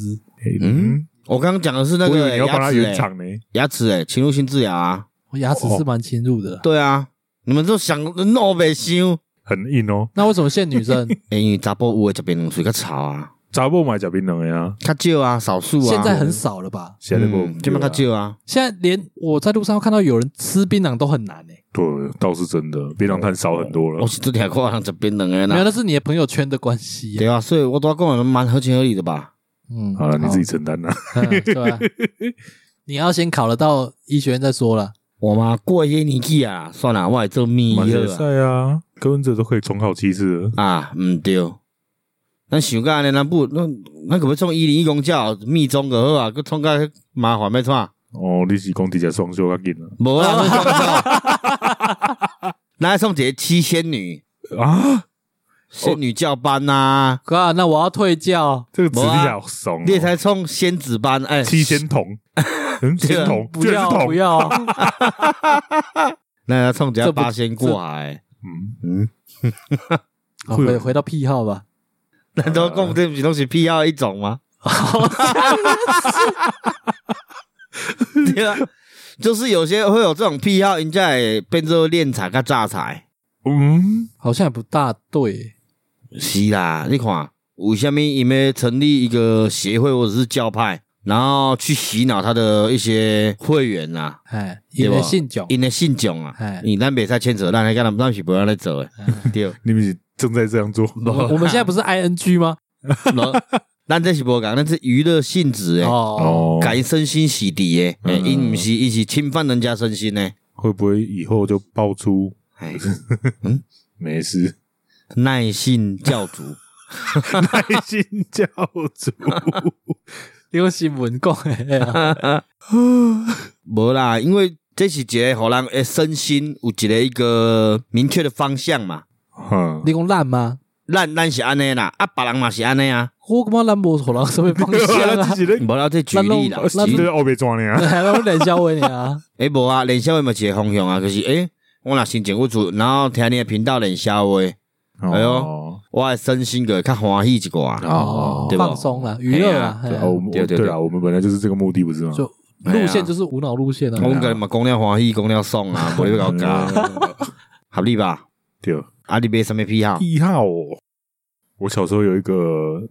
嗯，
我刚刚讲的是那
我以
个
为你要帮
牙
他
齿
圆
欸，
场呢。
牙齿哎，侵入性治疗啊，
我牙齿是蛮侵入
哦
的啦。
对啊，你们都想弄未想，
很硬哦，
那为什么限 女生？
啊
欸因为查甫有的食槟榔水较吵啊，
查某买假槟榔的啊，
较少啊，少数啊，
现在很少了吧？
现在不，
这边较少啊，
现在连我在路上看到有人吃槟榔都很难哎、
对，倒是真的，槟榔炭少很多
我
了。
是这条看人食槟榔的
没有，
啦，
那是你的朋友圈的关系、
对啊，所以我都讲的蛮合情合理的吧，
嗯，
好啊
哦
了，你
好
自己承担啦。
嗯对 啊，你要先考得到医学院再说了。
我嘛过一些年纪啊，算了，我也做秘
马
了
来
啦
赛啊，柯文哲都可以重考七次了。
啊，毋对。咱想甲安尼，咱不，咱咱可要创一零一公教密宗就好啊，佮创甲麻烦要创。
哦，你是讲底下双休较紧了
无啊，你讲错。咱还创一个七仙女，
啊？
仙女教班呐、
哥、啊，那我要退教，
这个词
没
听
啊
起来好怂哦。
你也才啊创仙子班，哎、
七仙 童，嗯，仙童
不要不
要，
要，
咱还创一
这
个
不
八仙过海。
嗯，
嗯，
好
会有
哦回回到癖好吧。
咱都讲这不是拢是癖好的一种吗？ 对啊，就是有些会有这种癖好，人家会变做练财甲诈财。
嗯，
好像也不大对欸、
是啦，你看，为什么因为成立一个协会或者是教派，然后去洗脑他的一些会员啊，
哎，
对
因
吧
为信众，
因的信众啊
哎，
你咱袂使牵扯，咱来干咱咱是不要来做诶，对，
你们是正在这样做，
我们我们现在不是 I N G 吗？
无咱这是无讲，咱是娱乐性质诶，
哦，
改身心洗涤诶，哎
嗯
因毋是伊是侵犯人家身心诶，
会不会以后就爆出
哎，
没事
耐性教主，
耐心教主？
你有新闻讲诶，
无啦，因为这是一个互人诶身心有一个一个明确的方向嘛。
嗯，
你讲烂吗？
咱咱是安尼啦，啊，别人嘛是安尼啊。
我感觉咱无互人什么方向啊
自？己的
无啦，这举例啦，
咱
对
举
后边抓你 啊，
来，我冷笑话你啊！
诶无啊，连销话嘛是一个方向啊，就是诶、我若心情不足，然后听你的频道连销话，哎呦
哦，
我的身心就会较欢喜一寡。
哦
对吧
放松了，娱乐啦，
哎
哎
呀
呀
哦，我啊们
对对对
对啦，我们本来就是这个目的，不是吗？
就路线就是无脑路线
啊
哦
我
啊。
们个嘛讲了欢喜，讲了爽啊，无你要搞假， 合理吧？
对，
啊，你买什么癖好？
一号哦，我小时候有一个，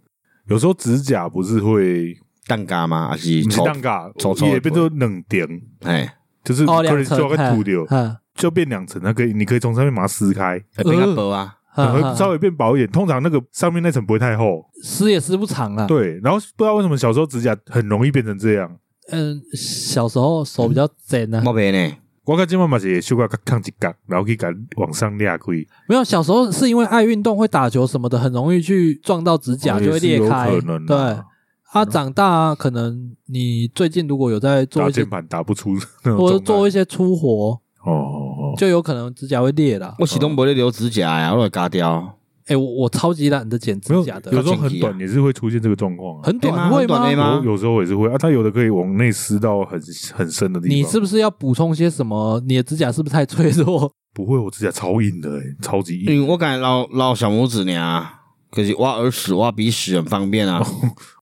有时候指甲不是会
蛋糕吗？还是
不是
抽？
当嘎
抽抽，的
也变成冷点，
哎，
就是
哦，
可
两
能
层，
就要吐掉，
嗯
就变两层，它可以你可以从上面把它撕开，
呃
会变较薄啊？
然后
嗯，
稍微变薄一点。通常那个上面那层不会太厚，
撕也撕不长啊。，
对。然后不知道为什么小时候指甲很容易变成这样，
嗯，小时候手比较尖啊，
嗯
莫白呃呢？
我看金妈妈姐也修过抗几杠，然后可以敢往上裂开，
没有小时候是因为爱运动，会打球什么的，很容易去撞到指甲
哦
就会
也是
裂
有
开
可。能
对
啊，
啊，长大啊可能你最近如果有在做
打
一些
键，盘打不出那
或者
种状
做一些粗活，
态。哦哦哦，
就有可能指甲会裂啦。
我是拢无咧留指甲啊呀，我会割掉。
哎，我我超级懒得剪
没
指
有，
甲的，
有时候
剪
很
辑啊
短也是会出现这个状况啊。
很
哎
短
妈
会
很短
吗
哎？吗
我有时候也是会啊，它有的可以往内撕到很很深的地方。
你是不是要补充些什么？你的指甲是不是太脆弱？
不会，我指甲超硬的、欸，超级硬。
因为我感觉捞捞小拇指呢，可是挖耳屎、挖鼻屎很方便啊。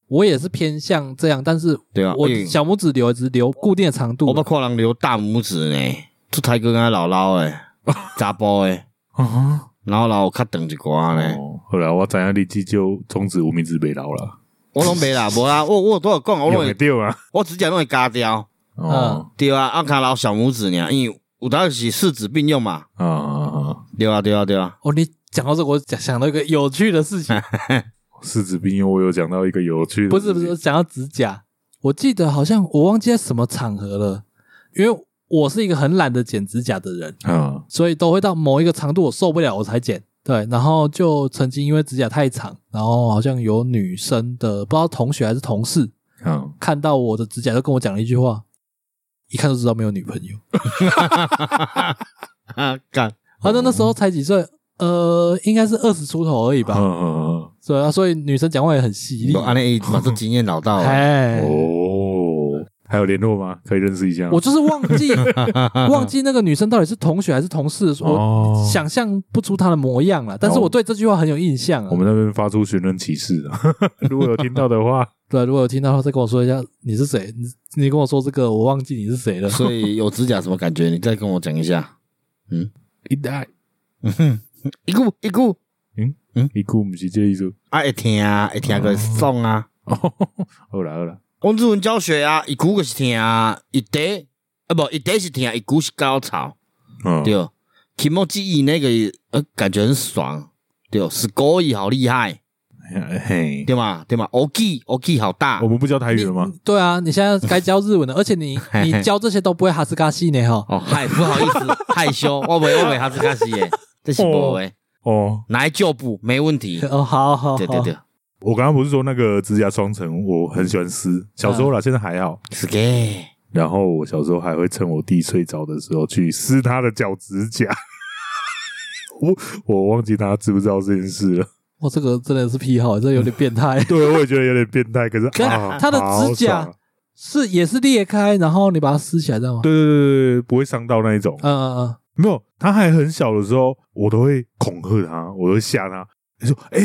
我也是偏向这样，但是
对啊，
我
因为
小拇指留只留固定的长度
我。捌看人留大拇指呢，出台哥跟他姥姥诶，查甫诶，
啊！
然后老较长一寡呢。
哦，后来我怎样立即就终止无名指被老了，
我拢袂啦，无啦，我我有都有讲，我拢
用得
会，
掉啊！
我指甲拢会夹掉，
哦
对啊，按卡老小拇指呢，因为有当时是四指并用嘛，
啊啊，
对啊，对啊，对 啊，
哦，你讲到这个，我讲想到一个有趣的事
哎
情，
四指并用，我有讲到一个有趣的，
不是不是，我，讲到指甲，我记得好像我忘记在什么场合了，因为我是一个很懒得剪指甲的人，
啊，
所以都会到某一个长度我受不了我才剪。对，然后就曾经因为指甲太长，然后好像有女生的不知道同学还是同事，
啊，
看到我的指甲，就跟我讲了一句话，一看就知道没有女朋友。
啊，干，
啊，那那时候才几岁，呃，应该是二十出头而已
嗯
吧。
嗯
对啊，所以女生讲话也很犀利
有。哦安尼伊嘛是经验老道 诶，
嗯，
哎，
哦，还有联络吗？可以认识一下吗？
我就是忘记忘记那个女生到底是同学还是同事，我
哦，
想象不出她的模
哦
样了。但是我对这句话很有印象 啊
我。们那边发出寻人启事啊，如果有听到的话，
对啊，如果有听到的话，再跟我说一下你是谁，你你跟我说这个，我忘记你是谁了。
所以有指甲什么感觉？你再跟我讲一下。
一代
一句一句
一句不是这个意思。
啊，会听啊，会听个爽啊。
哦，好啦好啦，
王志文教学啊，一句个是听啊，一得啊不，一得是听，一句是高潮。
嗯，
对，提莫记忆那个呃感觉很爽。对，s c o r e 好厉害，
嘿，
对吗？对吗？OK OK 好大
我们不教台语了吗？
对啊，你现在该教日文了，而且你
嘿嘿
你教这些都不会哈斯嘎西呢哈。
哦，嗨，不好意思，害羞，我没我没哈斯卡西耶，这是我诶，
哦，
拿来旧布没问题。
哦，好好，
对对对
我刚刚不是说那个指甲双层，我很喜欢撕，小时候
嗯
啦，现在还好。
是给
然后我小时候还会趁我弟睡着的时候去撕他的脚趾甲。 我我忘记他知不知道这件事了。。
我这个真的是癖好，这有点变态
对，我也觉得有点变态，可是
可是
啊
他的
好
指甲
爽
是也是裂开，然后你把它撕起来，知道吗？
对对对对，不会伤到那一种。
嗯，嗯嗯
没有，他还很小的时候，我都会恐吓他，我都会吓他，他说：“哎、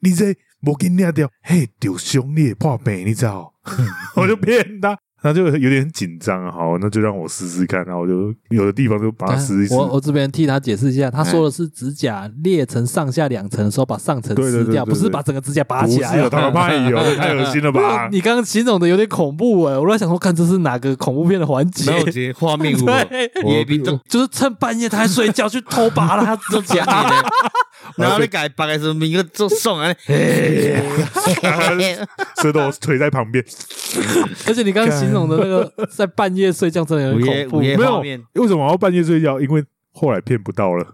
你这我给你掉掉，嘿，丢胸裂破病，你知道？”
嗯
我就骗他，他就有点紧张。啊好，那就让我试试看。然后我就有的地方就把它
嗯。
撕一撕。
我我这边替他解释一下，他说的是指甲裂成上下两层的时候，把上层
对对
撕
对
掉，
对
不是
对
把整个指甲拔
不
起
是啊
来？
有。他妈有，这太恶心了吧
你刚刚形容的有点恐怖哎，我在想说，看这是哪个恐怖片的环节？
接画面舞
对，
也比这
就是趁半夜他还睡觉去偷拔了他指
这
甲。
假的呢，然后你改白个什么名个做送啊？
舌头垂在旁边，
而且你刚刚形容的那个在半夜睡觉真的有
午夜
点恐
午夜
没
画
有
面，
为什么我要半夜睡觉？因为后来骗不到了，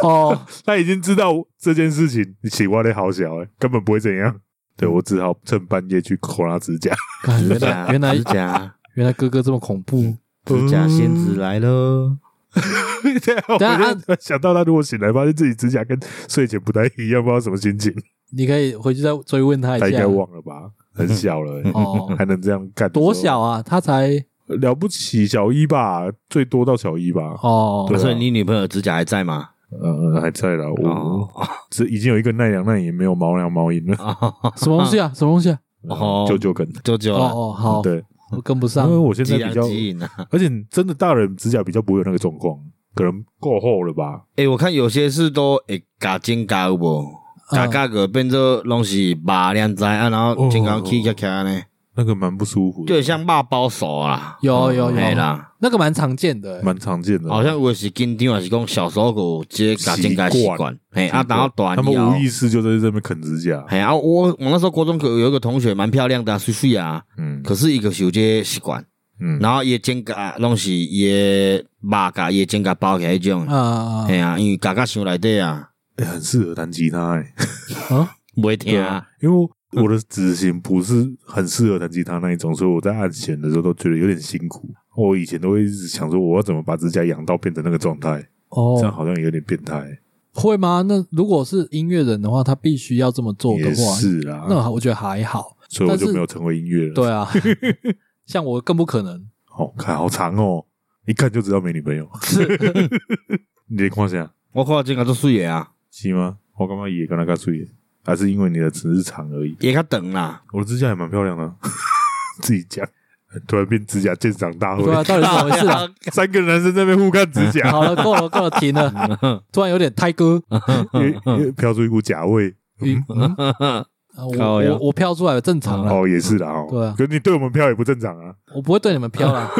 怖哦。
他已经知道这件事情，你起瓜的好小、欸，根本不会怎样。对我只好趁半夜去抠他指甲。
看原来原来
指甲
原来哥哥这么恐怖，
指甲仙子来喽，
对 啊，我
等下
就想到他如果醒来发现自己指甲跟睡前不太一样，不知道什么心情，
你可以回去再追问他一
他应
下
该。忘了吧？很小了、欸，
哦，
还能这样干？
多小？啊？他才
了不起，小一吧，最多到小一吧。
哦
对啊
所以你女朋友指甲还在吗？
呃，还在啦，我
哦
这已经有一个奈良，那也没有毛良毛银了。
哦
什么东 西啊？什么东西啊？
哦
舅舅跟
舅舅
哦
了，
哦，好，
对，
我跟不上
因为。我现在
吉
比
良
较，
吉影啊。
而且真的大人指甲比较不会有那个状况，可能够厚了吧？
诶、我看有些是都会夹尖夹有无？
啊
夹夹个变做拢是肉两知啊，然后健康起起来呢，
那个蛮不舒服的，
就很像肉包手啊。
有有有
嘿啦，
那个蛮常见的欸，
蛮常见的。
好像有的是紧张，还是讲小时候有这夹尖夹习
习惯
惯。嘿啊，然后短
他们无意识就在这边啃指甲，
嘿啊，我我那时候国中可有一个同学蛮漂亮的、啊，水水啊，
嗯
可是伊就是有这习惯，
嗯，
然后伊肩胛啊拢是伊肉甲伊肩胛包起来迄种。
啊
嘿啊，因为夹夹伤内底啊，
欸很适合弹吉他 哎。
啊，
袂听
对
啊。
因为我的指型不是很适合弹吉他那一种，所以我在按弦的时候都觉得有点辛苦。我以前都会一直想说，我要怎么把指甲养到变成那个状态，这样
哦，
好像也有点变态。
会吗？那如果是音乐人的话，他必须要这么做的
也
话，
是啦，
那我觉得还好。
所以我
但
就是没有成为音乐人。
对，啊，像我更不可能。
哦，看好长哦，一看就知道没女朋友。 你的看下
我看这个做水的啊，
是吗？我刚刚也跟他干睡，还是因为你的只是长而已。
也较长 啦。
我的指甲也蛮漂亮的 啊，自己讲，突然变指甲鉴赏大会
对，啊，到底怎哦么回事啊？
三个男生在那边互看指 甲。
好了，够了，够了，停了。突然有点胎哥，
因为飘出一股假 味。
嗯嗯啊我
靠呀
我我飘出来了，正常了，
哦，也是啦哦，
对啊
可你对我们飘也不正常啊。
我不会对你们飘了。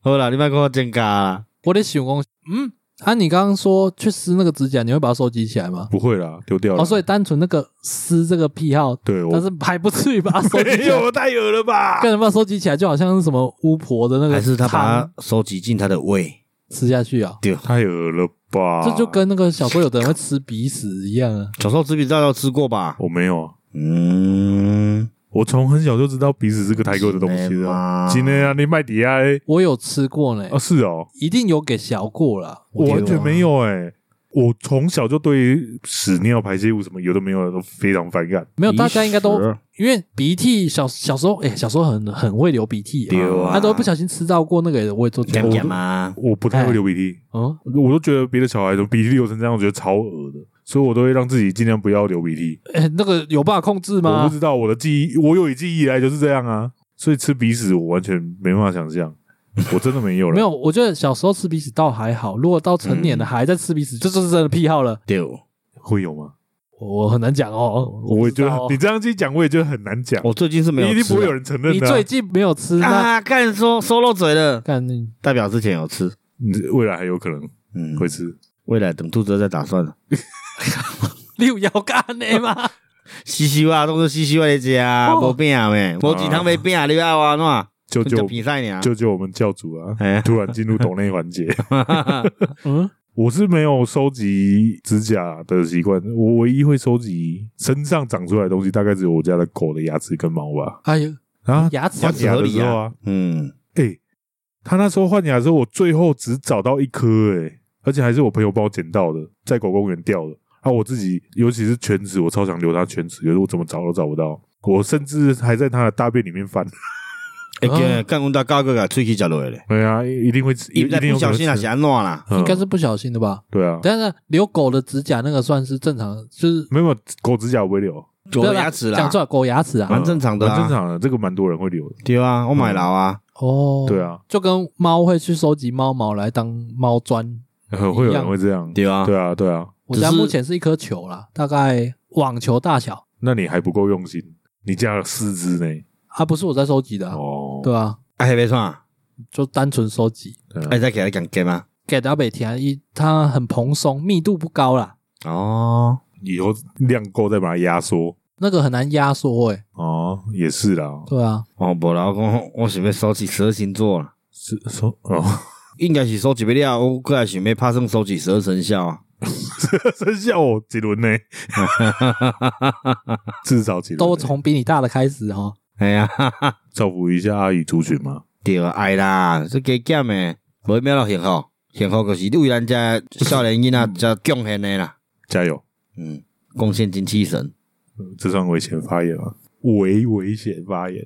好啦，你莫跟我增加啦。
我得想讲，嗯，啊，你刚刚说去撕那个指甲，你会把它收集起来吗？
不会啦，丢掉了。
哦，所以单纯那个撕这个癖好，
对我
但是还不至于把它收集
没
起来。
有太恶了吧？
干什么收集起来，就好像是什么巫婆的那个，
还是他把它收集进他的胃？
吃下去啊？
太恶了吧？
这就跟那个小时候有的人会吃鼻屎一样啊。
小时候吃比大家都吃过吧？
我没有啊，
嗯，
我从很小就知道鼻屎是个抬狗的东西啊。
真
今
的吗
天啊，你卖底下欸
我有吃过呢，
啊？是哦，
一定有给小过啦。
我完
觉
全
得啊
没有哎。我从小就对于屎尿排泄物什么有的没有的都非常反感。
没有，大家应该都
鼻屎啊
啊
因为鼻涕小小时候，哎、小时候很很会流鼻涕、
对啊
他都不小心吃到过那个，我也做
讲
过。
讲啊，
我不太会流鼻涕，
嗯，
我都觉得别的小孩怎么鼻涕流成这样，我觉得超恶的。所以我都会让自己尽量不要流鼻涕。
哎、那个有办法控制
我不
吗？
知道我的记忆，我有记忆以来就是这样啊，所以吃鼻屎我完全没办法想象，我真的没有了。
没有，我觉得小时候吃鼻屎倒还好，如果到成年了还在吃鼻
嗯
屎，这就是真的癖好了。
对，
会有吗？
我很难讲哦，
我也觉
不知道
得
哦
你这样去讲，我也觉得很难讲。
我最近是没
你
有
一定
吃
不会有
啊
人承认
你
的啊、
最近没有吃，那
啊，干说说漏嘴了，
干你
代表之前有吃，
你未来还有可能
嗯，
会吃。
未来等肚子饿再打算了。
六幺干的 吗？
西西蛙都是西西蛙的家，
哦
无饼咩，无几汤没饼啊，你要啊喏，
救
就
救
比赛
啊
呢，
救救我们教主 啊！
哎呀，
突然进入抖内环节，
嗯，
我是没有收集指甲的习惯，我唯一会收集身上长出来的东西，大概只有我家的狗的牙齿跟毛吧。
哎呦，
啊，
牙齿
换牙
合
的
理
时候
啊
啊，
嗯，
哎、他那时候换牙的时候，我最后只找到一颗，哎，而且还是我朋友帮我捡到的，在狗公园掉的。啊，我自己尤其是犬齿，我超想留它犬齿，可是我怎么找都找不到，我甚至还在它的大便里面 翻。
哎
啊
个干阮大高个个喙齿食落咧，
对啊，一定会吃，
伊
一
在
定有
不
可
小
能
心啊
吃
是安怎啦？
嗯
应该是不小心的吧？
对啊，
但是留狗的指甲那个算是正常，就是
没有狗指甲我不会留，
狗的牙齿啦
讲出，来狗牙齿
嗯
啊。
蛮正常的啊
蛮正常的，这个蛮多人会留的。
对啊，我买老啊，
哦，
对，啊，
就跟猫会去收集猫毛来当猫砖。
呃会有人会这样。
对啊，
对啊，对啊，
我
只
家
是
目前是一颗球啦，大概网球大小
那你还不够用心，你家有四只呢。
啊，不是我在收集的啊，
哦，
对啊，
啊迄要创，
就单纯收集。
对啊
哎再给他讲给吗？
给到北田一，它很蓬松，密度不高啦，
哦，
以后量够再把它压缩。
那个很难压缩诶。
哦，也是啦，
对啊，
哦，无啦，我讲我想要收集十二星座啦，
是说哦，
应该是收集不了，我过来想要拍算收集十二生肖啊，
生效哦，几轮呢？至少几轮呢
都从比你大的开始哈。
哎呀，哈哈
造福一下阿姨族群嘛。
对啊，爱啦，这加减的，无秒到幸福，幸福就是你为咱遮少年囡仔遮贡献的啦，
加油！
嗯，贡献精气神，
这算危险发言吗？为危险发言，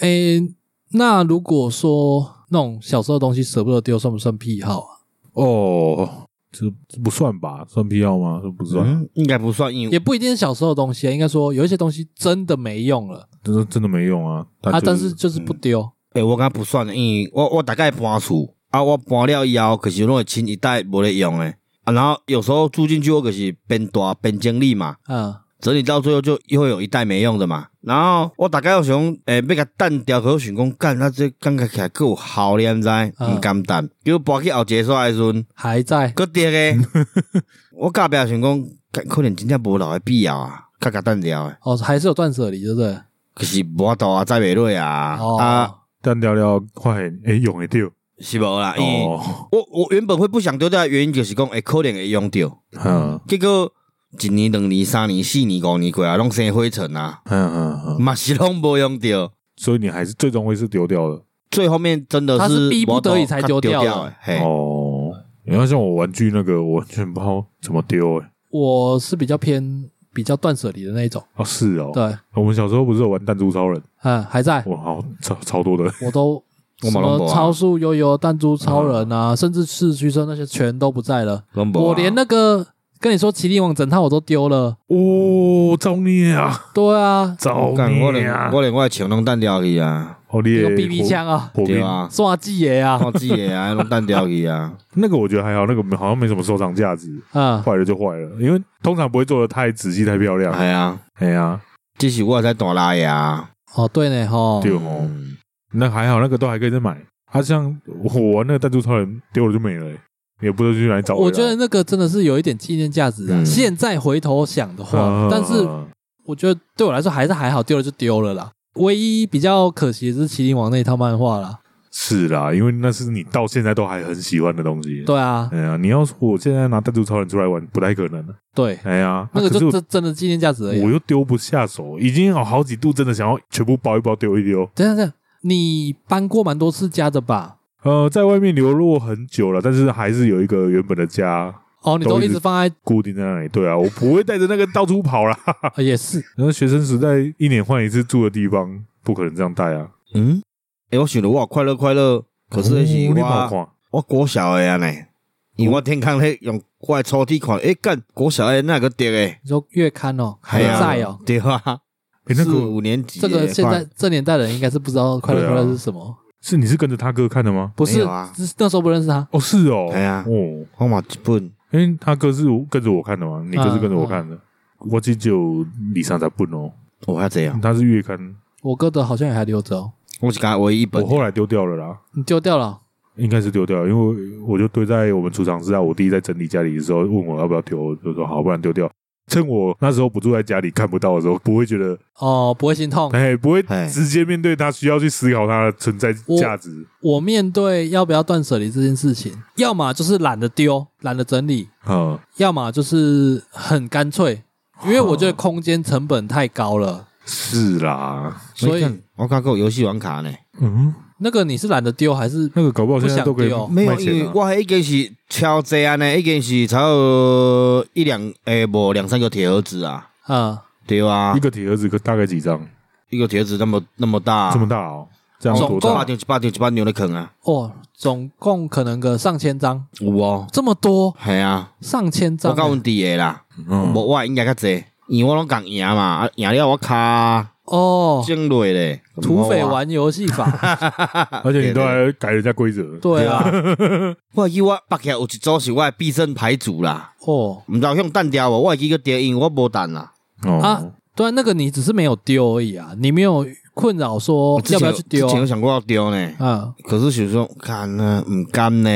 诶、那如果说那种小时候的东西舍不得丢，算不算癖好啊？
哦，这这不算吧？算必要吗？这不算，
嗯，应该不算，因为
也不一定是小时候的东西啊，应该说有一些东西真的没用了，
真的真的没用啊！它
啊，
就
但是就是不丢。
诶、我感觉不算，因为我我大概搬厝啊，我搬了以后，可是拢会清一袋无咧用诶啊，然后有时候住进去，我可是边大边整理嘛，
嗯，
整理到最后就又会有一袋没用的嘛。然后我大概有想，诶、要甲蛋掉，可我想讲干，那这感觉起来够好你毋知，毋甘蛋，结果搬去后一个煞的时阵，
还在。
搁跌诶，我隔壁想讲，干可能真正无留诶必要啊，甲甲蛋掉诶，
哦，还是有断舍离，对不对？
可是无法度啊，载袂落啊，
哦，
啊
但聊聊快诶，用会掉
是无啦，因为。
哦，
我我原本会不想丢掉的原因就是讲，会可能会用掉，
嗯
结果一年、两年、三年、四年、五年过来，拢生灰尘啊，
嗯嗯嗯，
嘛是拢无用掉。
所以你还是最终会是丢掉的
最后面真的
他是逼不得已
我
才
较
丢
丢
掉的
的。嘿，
哦。你要像我玩具那个，我完全不知道怎么丢欸诶。
我是比较偏比较断舍离的那一种，
哦，是哦，
对，
我们小时候不是有玩弹珠超人，
嗯，还在，
哇，好超超多的，
我都
我
什
嘛拢无
么
啊
超速悠悠、弹珠超人啊，甚至四驱车那些全都不在了。
拢无啊。
我连那个跟你说麒麟王整套我都丢了，
哦，造孽啊，
对啊，
造
干我
孽
连
啊，
我连我的枪拢弹掉去啊，
好厉
有
害，
BB 枪啊，
火
对
兵
啊，
刷技爷啊，
我自己的啊 拢弹掉去啊。
那个我觉得还好，那个好像没什么收藏价值，
嗯，
坏了就坏了，因为通常不会做的太仔细、太漂亮。
系啊，
哎呀，
这是我才大拉呀。
哦对呢吼，
对哦，
嗯
那还好，那个都还可以再买。啊，像我玩那个弹珠超人丢了就没了、欸也不知道去哪里找回来。
我觉得那个真的是有一点纪念价值啊。
嗯
现在回头想的话
啊，，
但是我觉得对我来说还是还好，丢了就丢了啦。唯一比较可惜的是麒麟王那一套漫画啦，
是啦，因为那是你到现在都还很喜欢的东西。
对啊，
哎呀，你要说我现在拿弹珠超人出来玩，不太可能了。
对，
哎呀，
那个
啊可是
就
我
真真的纪念价值而已啊
我。又丢不下手，已经有好几度真的想要全部包一包丢一丢。
等一下等一下，你搬过蛮多次家的吧？
呃，在外面流落很久了，但是还是有一个原本的家
哦，你
都
都
一
一
直
直放在
固定在那里。对啊，我不会带着那个到处跑啦。
呃也是
然后学生时代一年换一次住的地方，不可能这样带啊。
嗯，诶，我想着我有快乐快乐，可是
哦
那是
你
我
跑看
我国小的啊呢，因为我天空咧用我的抽屉看，诶、干国小诶那个碟诶，
你说月刊哦，还
嘿啊
在哦，，
对啊，
诶那
四
个
五年级
这
的
个现在
快
这年代的人应该是不知道快乐
对啊
快乐是什么，
是你是跟着他哥看的吗？
不
没
是
有啊
是那时候不认识他，
哦，是哦，
哎呀
哦，
我嘛一本，
因为他哥是跟着我看的嘛，你哥是跟着我看的。我只有李尚才笨哦，
我还这样，
他是月刊，
我哥的好像也还留着哦，
我只敢唯一一本
我，后来丢掉了啦，
你丢掉了
应该是丢掉了，因为我就堆在我们储藏室啊。我弟在整理家里的时候问我要不要丢，我就说好，不然丢掉。趁我那时候不住在家里看不到的时候，不会觉得
哦，不会心痛。
哎，不会
哎
直接面对它，需要去思考它的存在价值
我面对要不要断舍离这件事情，要么就是懒得丢，懒得整理，
啊。
要么就是很干脆，因为我觉得空间成本太高了。
是啦，
所
没
以
看我刚有游戏王卡呢，
嗯，
那个你是懒得丢还是
那个搞不好
不
现在
想
都可以
丢
没有
卖，
因
钱
为
啊。
我已经是超济安尼，已经是差不多一两诶，无两三个铁盒子啊，
嗯
对啊
一，个铁盒子可大概几张？
一个铁盒子那么那么大，
这么大哦，这样
总
多
共
大
八？张一百张一百张的坑啊，
哦，总共可能个上千张，
有哦，
这么多
系啊，
上千张
我甲
欸、
阮弟诶啦，
嗯
无我的应该较济，因为我拢共赢嘛，啊赢了我卡
哦，
整落咧，
土匪玩游戏 法，
而且你都还改人家规则，
对啊，
我会记我北起有一组是我的必胜牌组啦，
哦
毋知有向弹掉无，我会记个掉，因为我无弹啦。
哦
啊，对啊，那个你只是没有丢而已啊，你没有困扰说
我之
要
前
不要去丢
之前有想过哦要啊丢呢，
啊？
可是想说，干呢，唔甘呢，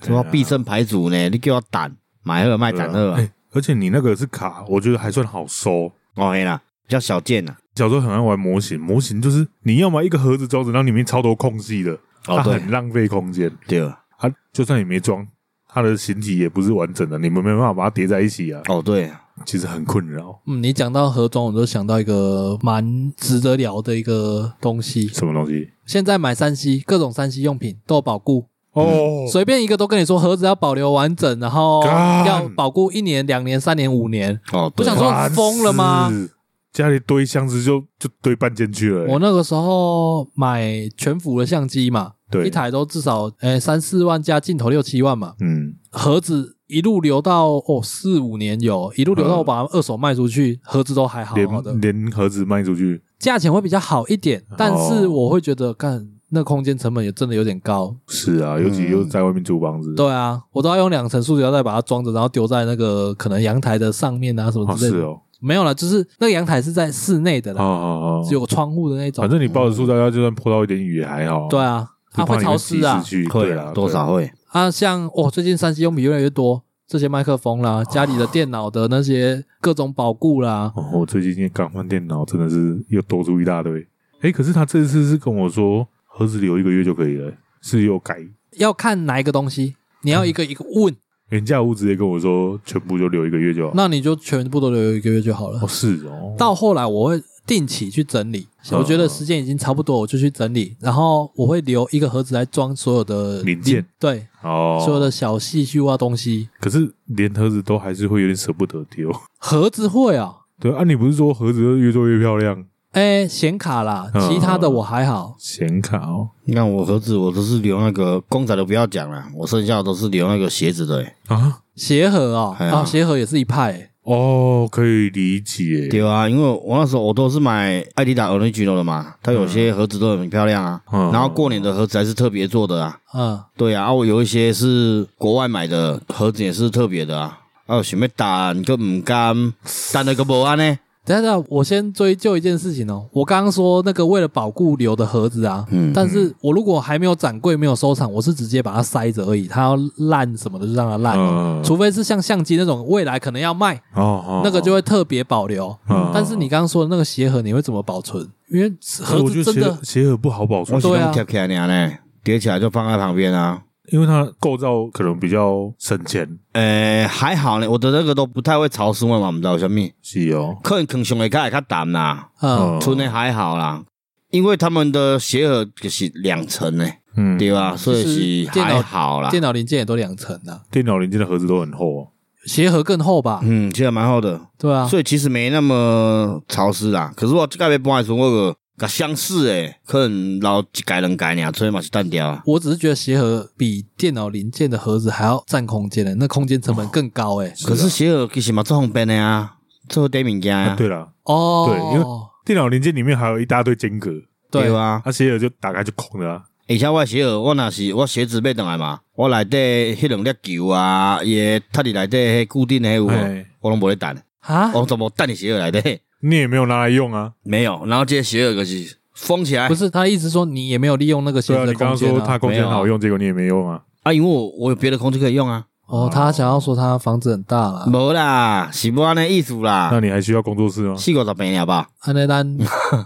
对啊
我必胜牌组呢，你叫我弹，买二卖
对啊
弹二啊，
哎而且你那个是卡，我觉得还算好收。
哦嘿啦，比较小件啊。
小时候很爱玩模型，模型就是你要么一个盒子装着，然后里面超多空隙的，
哦
它
对
很浪费空间。
对啊，
它就算你没装，它的形体也不是完整的，你们没办法把它叠在一起啊，
哦对啊，
其实很困扰。
嗯，你讲到盒装，我就想到一个蛮值得聊的一个东西。
什么东西？
现在买三 C 各种三 C 用品都有保固，
哦，
随便一个都跟你说盒子要保留完整，然后
干
要保固一年、两年、三年、五年。
哦
我
对
想
啊，
说你疯了吗
烦死？家里堆箱子就就堆半间去了、欸
我那个时候买全幅的相机嘛，
对
一台都至少呃三四万加镜头六七万嘛，
嗯，
盒子一路留到哦四五年有，一路留到
嗯
我把它二手卖出去，盒子都还哦好好的
连，连盒子卖出去，
价钱会比较好一点，但是
哦
我会觉得干。那空间成本也真的有点高，
是啊，尤其
嗯
又在外面租房子，
对啊，我都要用两层塑胶袋把它装着，然后丢在那个可能阳台的上面啊什么
哦
之类
是
的。
哦，
没有啦，就是那个阳台是在室内的
哦
啦，
哦
只
哦，
有窗户的那种
反。正你抱着塑料袋，就算泼到一点雨也还好，
对，啊，它会潮湿啊
去
会
对啊，
啊，多少会，
啊，像哦，最近三 C 用品越来越多，这些麦克风啦，家里的电脑的那些各种保固啦，
哦，我最近刚换电脑，真的是又多出一大堆。哎，可是他这次是跟我说盒子留一个月就可以了，是有改。
要看哪一个东西，你要一个一个问，
人家屋直接跟我说全部就留一个月就好。
那你就全部都留一个月就好了
哦。是哦，
到后来我会定期去整理，
嗯
我觉得时间已经差不多，我就去整理，然后我会留一个盒子来装所有的
零件，
对，
哦，
所有的小细碎啊东西。
可是连盒子都还是会有点舍不得丢。
盒子会啊，
对啊，你不是说盒子越做越漂亮？
哎，显卡啦，
嗯
其他的我还好。
显卡哦，
你看我盒子，我都是留那个公仔的，不要讲了，我剩下的都是留那个鞋子的、欸。
啊，
鞋盒哦，
哎呀
啊，鞋盒也是一派欸。
哦，可以理解。
对啊，因为我那时候我都是买艾迪达 Original 的嘛，它有些盒子都很漂亮啊，
嗯
然后过年的盒子还是特别做的啊。
嗯，
对啊，啊我有一些是国外买的盒子也是特别的啊。啊，有想要打你个唔甘，打那个无安呢？
等一下等一下，我先追究一件事情哦。我刚刚说那个为了保固留的盒子啊，
嗯
但是我如果还没有展柜、没有收藏，我是直接把它塞着而已。它要烂什么的就让它烂哦，
嗯
除非是像相机那种未来可能要卖，
哦哦，
那个就会特别保留。
嗯
但是你刚刚说的那个鞋盒，你会怎么保存？因为
可是
盒
哎我觉
子
得鞋
真的
盒鞋盒不好保
我
存，
是
对啊
用贴起来尔呢，叠起来就放在旁边啊。
因为它构造可能比较省钱。
诶、还好呢，我的那个都不太会潮湿我嘛，唔知道有啥物，
是哦，
可能坑上会较会较淡啦。
嗯，
村内还好啦，因为他们的鞋盒就是两层呢，
嗯，
对吧？所以是
电脑
还好啦。
电脑零件也都两层啊，
电脑零件的盒子都很厚哦。
鞋盒更厚
嗯
吧？
嗯，其实蛮好的，
对啊，
所以其实没那么潮湿啦。可是我这边搬的时候，我有甲相似诶，可能老一改两改尔，所以嘛是单调啊。
我只是觉得鞋盒比电脑零件的盒子还要占空间的，那空间成本更高哎。
可是啊鞋盒其实嘛做方便的啊，做对物件啊，
对啦，
哦，
对因为电脑零件里面还有一大堆间隔，
对
对哦
啊。哎
那鞋盒就打开就空的啊。
而且我的鞋盒，我若是我鞋子买倒来嘛，我内底迄两粒球啊，也它里内底迄固定的迄有无，
哎，
我拢无咧等，哦
啊，
哦
我全部等你鞋盒内底
你也没有拿来用啊。
没有。然后这个鞋盒就是封起来
不，是他意思说你也没有利用那个鞋
哎对啊，
子
你
的
刚刚
空间
说它空
没
间
有啊
好用，结果你也没用啊。
啊，因为我我有别的空间可以用啊。
哦，他想要说他房子很大啦。
嗯
无啦，是无安尼意思啦
那，你还需要工作室吗？
四五十平了吧？
安尼 啊咱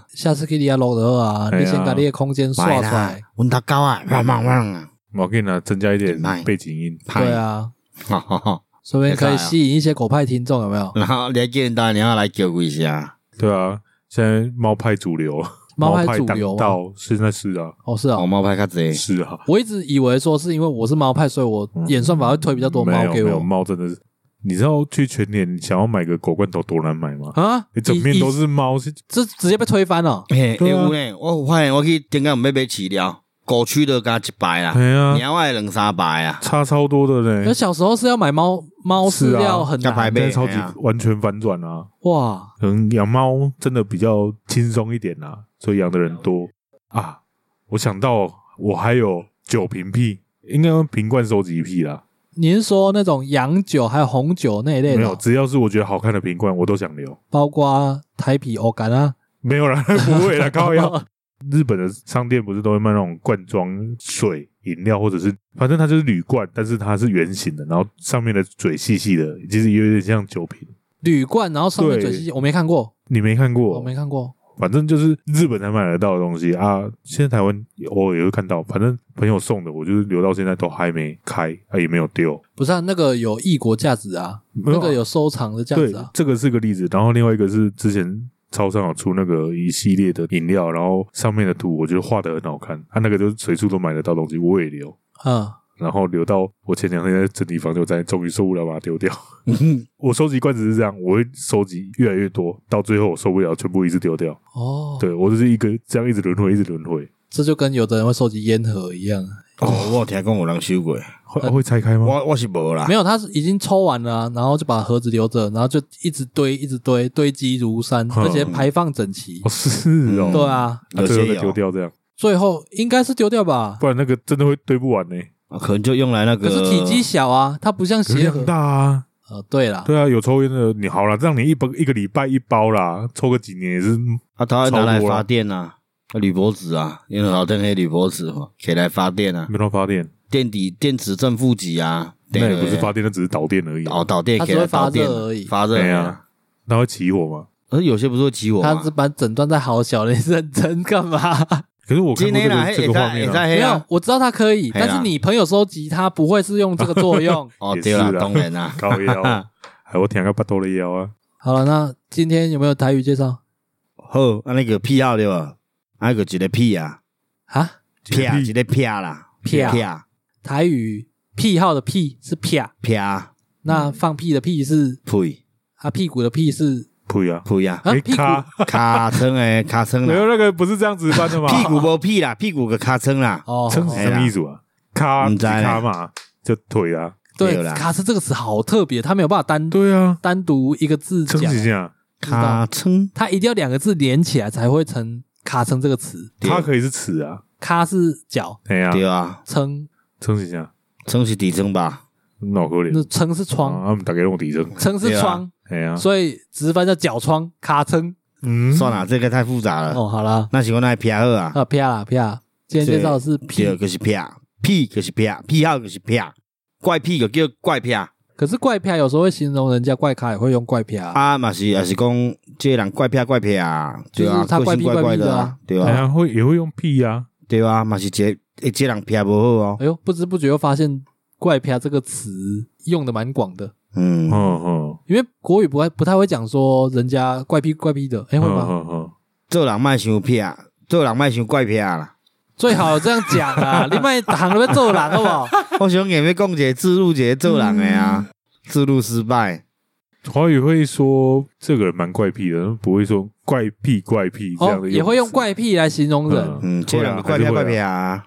下次去你遐录就好啊，
哎呀
你先把你的空间刷
买
出
啦
来。，
阮头狗啊，汪汪汪啊，
我给你拿增加一点
卖
背景音，
歹
对，啊，
哈哈哈。
说不定可以吸引一些狗派听众，有没有？
啊
然后你还叫人家你要来叫几下，
对啊。现在猫派主流，
猫
派
派主流啊
当
吗
道，现在是啊，
哦，是啊
我，猫派较济，
是啊，
我一直以为说是因为我是猫派，所以我演算法会推比较多
没有
猫
没
给
有
我
猫真的是，你知道去全年想要买个狗罐头多难买吗？
啊
你，整
以
面都，
以
是猫，是
这直接被推翻了。
嘿，欸
对啊
有呢，我有发现我去顶间有买买饲料，狗区都加一排啦，
哎呀，
猫诶两三 排啊，
差超多的
那
嘞，
小时候是要买猫猫饲料很
是啊要排
难
辈
真的超级
哎呀
完全反转啊！
哇，
可能养猫真的比较轻松一点啊，所以养的人多啊。我想到我还有酒瓶癖，应该用瓶罐收集癖啦，
你是说那种洋酒还有红酒那一类
没有，
的，
只要是我觉得好看的瓶罐，我都想留。
包括台啤、欧干啊？
没有啦，不会啦，高 腰。日本的商店不是都会卖那种罐装水、饮料，或者是反正它就是铝罐，但是它是圆形的，然后上面的嘴细细的，其实有点像酒瓶。
铝罐，然后上面
对
嘴细细，我没看过，
你哦没看过？
我没看过。
反正就是日本才买得到的东西啊，现在台湾偶尔也会看到，反正朋友送的，我就是留到现在都还没开，啊也没有丢，
不是啊，那个有异国价值啊，
没有
那
啊
个有收藏的价
对
值啊，。
这个是个例子，然后另外一个是之前超商有出那个一系列的饮料，然后上面的图我觉得画的很好看，它、那个就是随处都买得到东西，我也留，
嗯，
然后留到我前两天在整理防就站，终于受不了把它丢掉。我收集罐子是这样，我会收集越来越多，到最后我受不了，全部一次丢掉。
哦，
对我就是一个这样一直轮回，一直轮回。
这就跟有的人会收集烟盒一样，
哦，我有听讲有人收过，
会会拆开吗？
我我是无啦
没，有，他是已经抽完了啊、然后就把盒子留着，然后就一直堆，一直堆，堆积如山，
哼
而且排放整齐
哦，。是哦，
嗯
对啊，
那
有
最后
些
再丢
有，
掉这样，
最后应该是丢掉吧
不。然那个真的会堆不完呢。
啊可能就用来那个，
可是体积小啊，它不像
可是
鞋盒
量。大啊，
呃，对啦，
对啊，有抽烟的你好啦，这样你一包一个礼拜一包啦，抽个几年也是
啊，它会拿
超
来
多啊
发电啊，铝箔纸啊，因为老邓黑铝箔纸嘛，可以来发电啊，
没办法发电，
电底电子正负极啊，
那也不是
电哦
发电，那只是导电而已。
导导电，
它
可
只
以来
会发
导电
热而已
发热
对啊。它会起火吗？
可是有些不是会起火吗
他是把整段在好小，你认真干嘛？
可是我看
今
过这
天啦，
个这
也
个画
在
面
也
啊，
在
没
黑
有
啊，，
我知道它可以，
嘿啦
但是你朋友收集它不会是用这个作用。
哦
也
对
是
啦，
啦，
当然 啦
高腰 啊，还我舔个巴多的腰啊，
好了，那今天有没有台语介绍
好，啊那个屁号对吧？啊那个一个屁啊，
啊？
屁啊，
一
一
个
个屁啦，
屁啊
屁啊，
台语癖好的癖是啪，
屁啊，
那放屁的屁是
屁
啊，屁股的屁是
呸啊！
屁啊，
啊，
哎
屁股
咔
尻川诶，尻川
没
啦，
有那个不是这样子翻的嘛？
屁股无屁啦，屁股个尻川啦，
哦，
撑
哎
什
呀
么意思啊？咔
不知道嘞
咔嘛，就腿啊。
对
对，啦
卡斯这个词好特别，它没有办法单
对啊，
单独一个字
撑
讲
几，下，
尻川，
它一定要两个字连起来才会成卡成这个词。
对
它可以是尺啊，
卡是脚，
哎呀，
对啊，
撑
撑几下，
川是底川吧？
脑壳脸。
那撑是窗，
啊，我们大概弄底层，
撑是窗，
哎呀，
所以直翻叫脚窗卡撑。
嗯，
算啦，这个太复杂了，
哦，好啦，
那是我那屁好啊，
啊啪啦啪啦，今天介绍的是
对，
屁，
就是屁，屁就是屁，屁号就是屁，怪屁就叫怪屁。
可是怪啪有时候会形容人家怪咖，也会用怪啪啊。
啊，嘛是也是讲，这个人怪癖怪癖啊，对
就
啊，
是他
个性
怪
怪
癖怪癖的
的
啊，
对
哎
啊，
呀，会也会用屁呀，
对啊，嘛是这诶，这人癖无好哦，
哎呦，不知不觉又发现“怪啪”这个词用的蛮广的，
嗯
嗯，嗯
因为国语不太不太会讲说人家怪癖怪癖的，哎、
嗯
会吗？
嗯嗯，
做人莫伤癖，做人莫伤怪癖 啊啦。
最好这样讲啊，你卖行了要做人好 不好？
我想硬要讲一个自入一个做人的
嗯
啊，自入失败，
华语会说这个人蛮怪癖的，不会说怪癖怪癖这样
哦
的，，
也会用。怪癖来形容人。
嗯，这两个怪
癖
癖怪
癖
癖啊，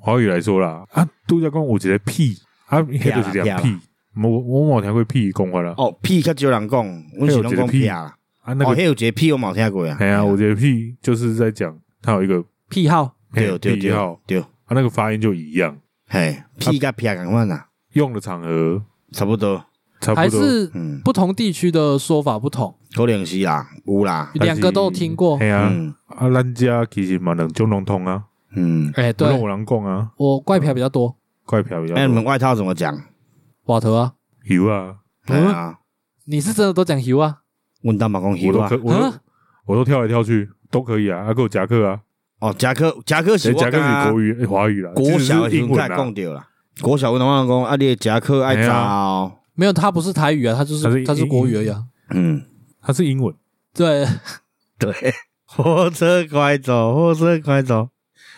华语来说啦，啊，度假讲有一个屁，啊，迄就是两屁。我我我有听过屁讲法啦，
哦，屁较少人讲，阮是拢讲屁啊，
啊，那
哦，
个
迄有一个屁我冇听过啊，
哎呀，我觉得屁就是在讲他有一个
癖好
嘿
对对
癖
对
好，
对，
他那个发音就一样，
嘿，屁甲屁共款啊，
用的场合
差不多，
差
还
不多。
是
嗯，
不同地区的说法不同，
可能是啦，有啦，
但是
两个都有听过
哎。呀，
嗯
啊，咱家其实嘛两种拢通啊，
嗯，
哎，
不
对
用有人讲啊，
我怪癖比较多，
怪票比较
那哎你们
多
外套怎么讲？
瓦头啊，
油啊，
哎呀，
你是真的都讲 you 啊？
阮兜嘛讲
我
油
都
啊
可，我都
啊
我都跳来跳去都可以啊，啊，还有夹克啊，
哦，夹克夹克是
夹
我
克是
刚
国语哎华语啦，
国
其
小
实是
时
英
阵
文
才
啊
讲，到啦，国小阮拢讲啊，你的夹克爱扎哦，
没有，他不是台语啊，他就
它
是
是
他是国语而已啊。
嗯，
它是英文，
对，
对，火车快走，火车快走，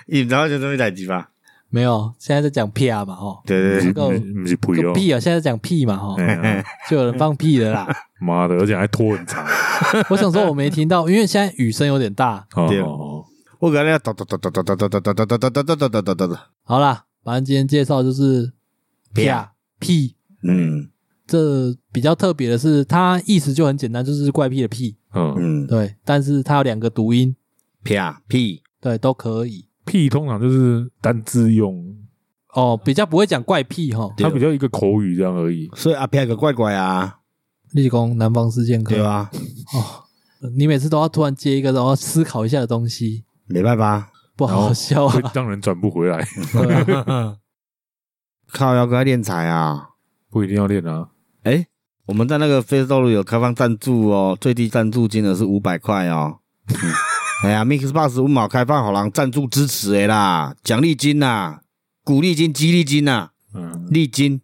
你毋知影是什么代志吧？
没有，现在在讲屁啊嘛，哦，
对对
不
对
是
这个
不是不是屁
个
哦，
屁啊，现在在讲屁嘛，哦，
哎呀，
就有人放屁了啦。
妈的，而且还拖很长，
我想说我没听到，因为现在雨声有点大。
哦
对
哦，
我感觉哒哒哒哒哒哒哒哒哒哒哒哒哒哒哒哒哒，
好啦，反正今天介绍就是
屁
屁
啊
啊屁，
嗯
这比较特别的是，它意思就很简单，就是怪癖的屁，
哦嗯，
嗯，
对，但是它有两个读音，
啪屁，
对，都可以。
屁通常就是单字用，
哦，比较不会讲怪癖哈，
对
它比较一个口语这样而已，
所以阿啪个怪怪啊，
立功南方四剑客
对啊吧？
哦，你每次都要突然接一个，然后思考一下的东西，
没办法，
不好笑
会
啊。
让人转不回来，
对啊
靠要跟他练财啊。
不一定要练啊，
哎，我们在那个 Facebook 有开放赞助哦，最低赞助金额是五百块哦。 嗯哎呀，Mixbox 五毛开放好人赞助支持的啦，奖励金呐、鼓励金、激励金呐、
嗯，
励金。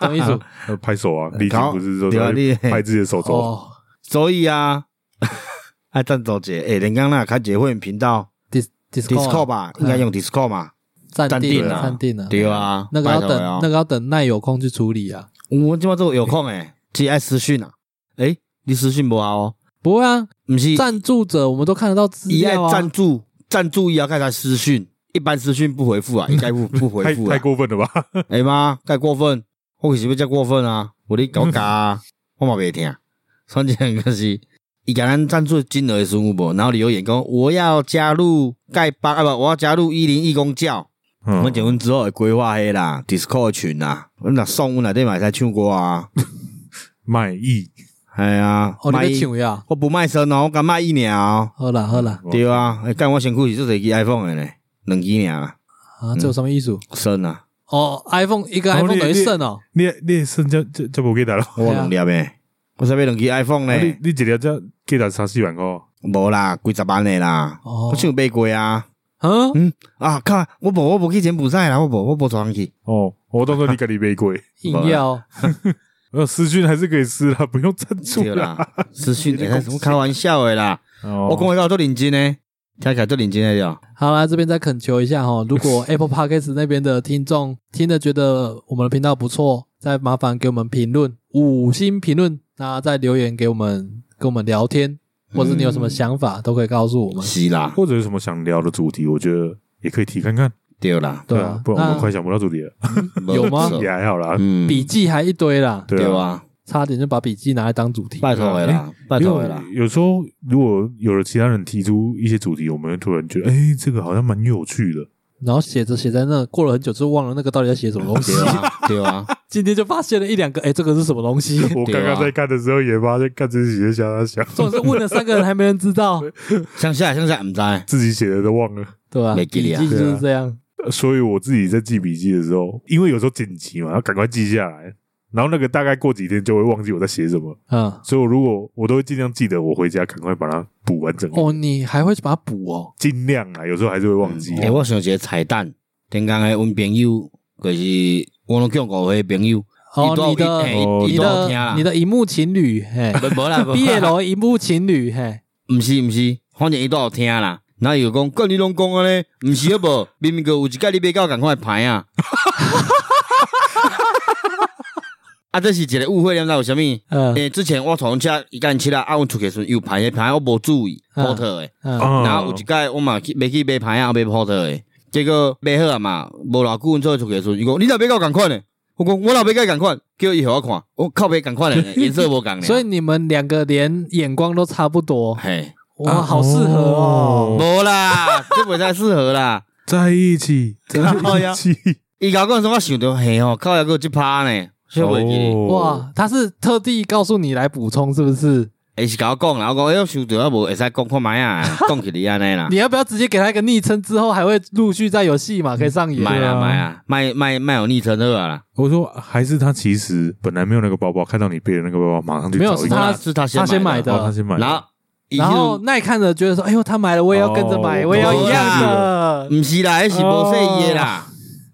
懂意思？
呃拍手啊，毕竟不是说
对啊你
拍自己的手肘，
哦
所以啊， 爱赞助者，哎、连刚那开一个会员频道
，dis disco
Discord 吧，
嗯
应该用 Discord 嘛，
啊暂
暂
定
定
了，
啊
暂定了。
对啊，
嗯那个要
拜托
等
了哦
那个要等耐有空去处理啊。
我们今晚都有空诶，即爱私讯啊，诶、你私讯无啊哦，
不会啊，
毋是，
赞助者我们都看得到资
伊爱
料啊
赞。助，赞助伊要看他私讯，一般私讯不回复 啊，应该不不
太
回复
太
啊，
过分了吧？
哎妈，太过分，我可是要遮过分啊，我咧搞假 啊，我嘛袂听，反正就是。伊甲咱赞助金额的时候有无，然后留言讲我要加入丐帮啊不，我要加入一零一公教，
嗯
我们结婚之后会规划迄啦，Discord 群啦，阮若送阮内底嘛会使唱歌 啊，
卖艺，
系啊，
哦，你
卖
被
艺
请呀？
我不卖身哦，我敢卖一年哦，
好啦好啦，
对啊，哎干我身躯是做一支 iPhone 的呢，两支尔啦，
啊，
嗯
这有什么意思？
剩啊，
哦，iPhone 一个
然后
iPhone
你
等于
你
剩哦，啊
你你剩这这这不给打了，
我有两粒诶，我才买两支 iPhone
啊你
呢，
你一条这给打三四万块，哦
无啦，几十万的啦，
哦
我像买过啊，
嗯，
嗯啊靠，我无我无去柬埔寨啦，我无我无带人去，
哦，我当做你给你玫瑰，
硬要
呃，私讯还是可以私啦，不用赞助
对
啦。
啦， 私讯
你在
哎
讲
我开玩笑的啦，
哦
我讲话做认真呢，听起来做认真的了，
好啦，这边再恳求一 下哈，如果 Apple Podcast 那边的听众听了觉得我们的频道不错，再麻烦给我们评论五星评论，那再留言给我们跟我们聊天，
嗯
或者你有什么想法都可以告
哦
诉我们。
是啦，
或者有什么想聊的主题，我觉得也可以提看看。
对啦，
对
啊
啊，，
不然我们
那
快想不到主题了，
有吗
没错
也还好啦。
嗯，
笔记还一堆啦，
啊对
对
啊，哎
啊，
差点就把笔记拿来当主题。
拜托的啦，拜
因
托的啦。
为有时候如果有了其他人提出一些主题，我们会突然觉得，哎，这个好像蛮有趣 的。
然后写着写在那，过了很久之后忘了那个到底在写什么东西
对。 啊，对啊，
今天就发现了一两个，哎，这个是什么东 西？
我刚刚在看的时候也发现，看自己写的瞎瞎想，
总是问了三个人，还没人知道，
乡下乡啊下唔知，
自己写的都忘了。
对啊吧？
没
笔
记忆
记
啊
就是这样。
所以我自己在记笔记的时候，因为有时候剪辑嘛，要赶快记下来，然后那个大概过几天就会忘记我在写什么，
嗯，
所以我如果我都会尽量记得，我回家赶快把它补完整，
哦，你还会把它补哦。
尽量啊，有时候还是会忘记
嗯
嗯
诶、。
哎
我想一个彩蛋，顶工诶，阮朋友就是我拢叫五岁朋友，
哦，
他都有
你的
嘿
哦
他
你
都有听啊
的
啦，
你的荧幕情侣，嘿
无无啦，
毕业楼荧幕情侣，嘿，
毋是毋是，反正伊都有听啦。然后伊就讲，跟你拢讲安尼，毋是啊无， 明 明个有一届你买到共款诶牌啊。啊，这是一个误会，念到有啥物？
嗯
诶、之前我从车一干去啦，啊，阮出去的时阵有牌，迄牌我无注意，
嗯
破特诶。
嗯
啊
然后有一届我嘛去买去买牌啊，买破特诶，结果买好啊嘛，无偌久阮做出去的时阵，伊讲你若买甲我共款诶，我讲我若买甲伊共款，叫伊互我看，我靠买共款 诶，颜色无共咧。
所以你们两个连眼光都差不多，
嘿，
哇，好适合哦。
无啦， 这袂太适合啦。
在一起，在
靠呀
一起，
伊甲我讲说，我想着嘿吼，靠抑个即趴呢，小袂记得。
哦，
哇，他是特地告诉你来补充，是不是？
伊是甲我讲啦，我讲哎呦，想着啊无会使讲看卖 啊，讲起你安尼啦
你，要不要直接给他一个昵称，之后还会陆续再有戏嘛，可以上演？
卖
买
啦
啊
卖啦，卖卖卖有昵称好啊啦，
我说还是他其实本来没有那个包包，看到你背的那个包包，马上就
没有
找
是
一个
他
是他
他先买
买
的
哦他先买的，
然后伊
然后耐看着觉得说，哎呦，他买了，我也要跟着买，
哦
我也要一样的。
毋是啦，迄是无说伊的
哦
啦，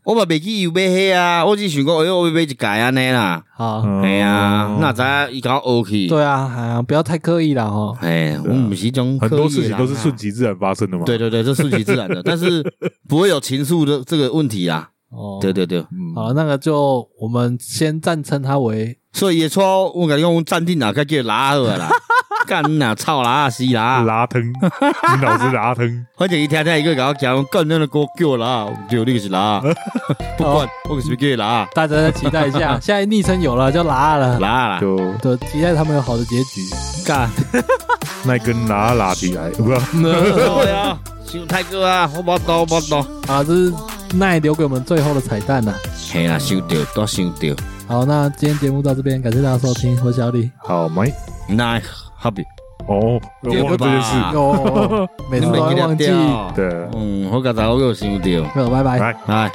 我嘛袂记伊有买迄啊，我只想讲哎呦，我要买一届安尼啦，
好，
嗯，
哎呀，那知影伊甲我学去，
对啊，啊，不要太刻意了哦。
哎，我
对啊
毋是种
很
刻
多
意的
事情都是
人啊
顺其自然发生的嘛。
对，对对，这顺其自 然的，但是不会有情愫的这个问题啦，
哦，
对。对对。
嗯，
好，那个就我们先暂称他为
所以伊错，我甲你讲，阮暂定啊，该叫拉好 啊啦，干你呐，臭拉啊，死拉啊，
拉疼，你老是拉疼，
反正伊听听伊个甲我讲，干那个给我叫拉啊，对，你就是 拉啊，不管我就是要叫拉啊，
大家再期待一 下，现在昵称有了，叫拉了。
拉啊啦，
就
对，期待他们有好的 结局。
干，
那一根拉拉起来，不，
对啊，想太过啊，我无多无多，
啊，这是奈留给我们最后的彩蛋啦。
嘿啦，想到都想到，
好，那今天节目到这边，感谢大家收听，我是小李。
好没？
那好比，
哦，我忘了这件事，
啊
哦，每次都会忘记。
你袂记得掉
对。
嗯，我刚才我有想到，
没有，拜拜。
来
哎。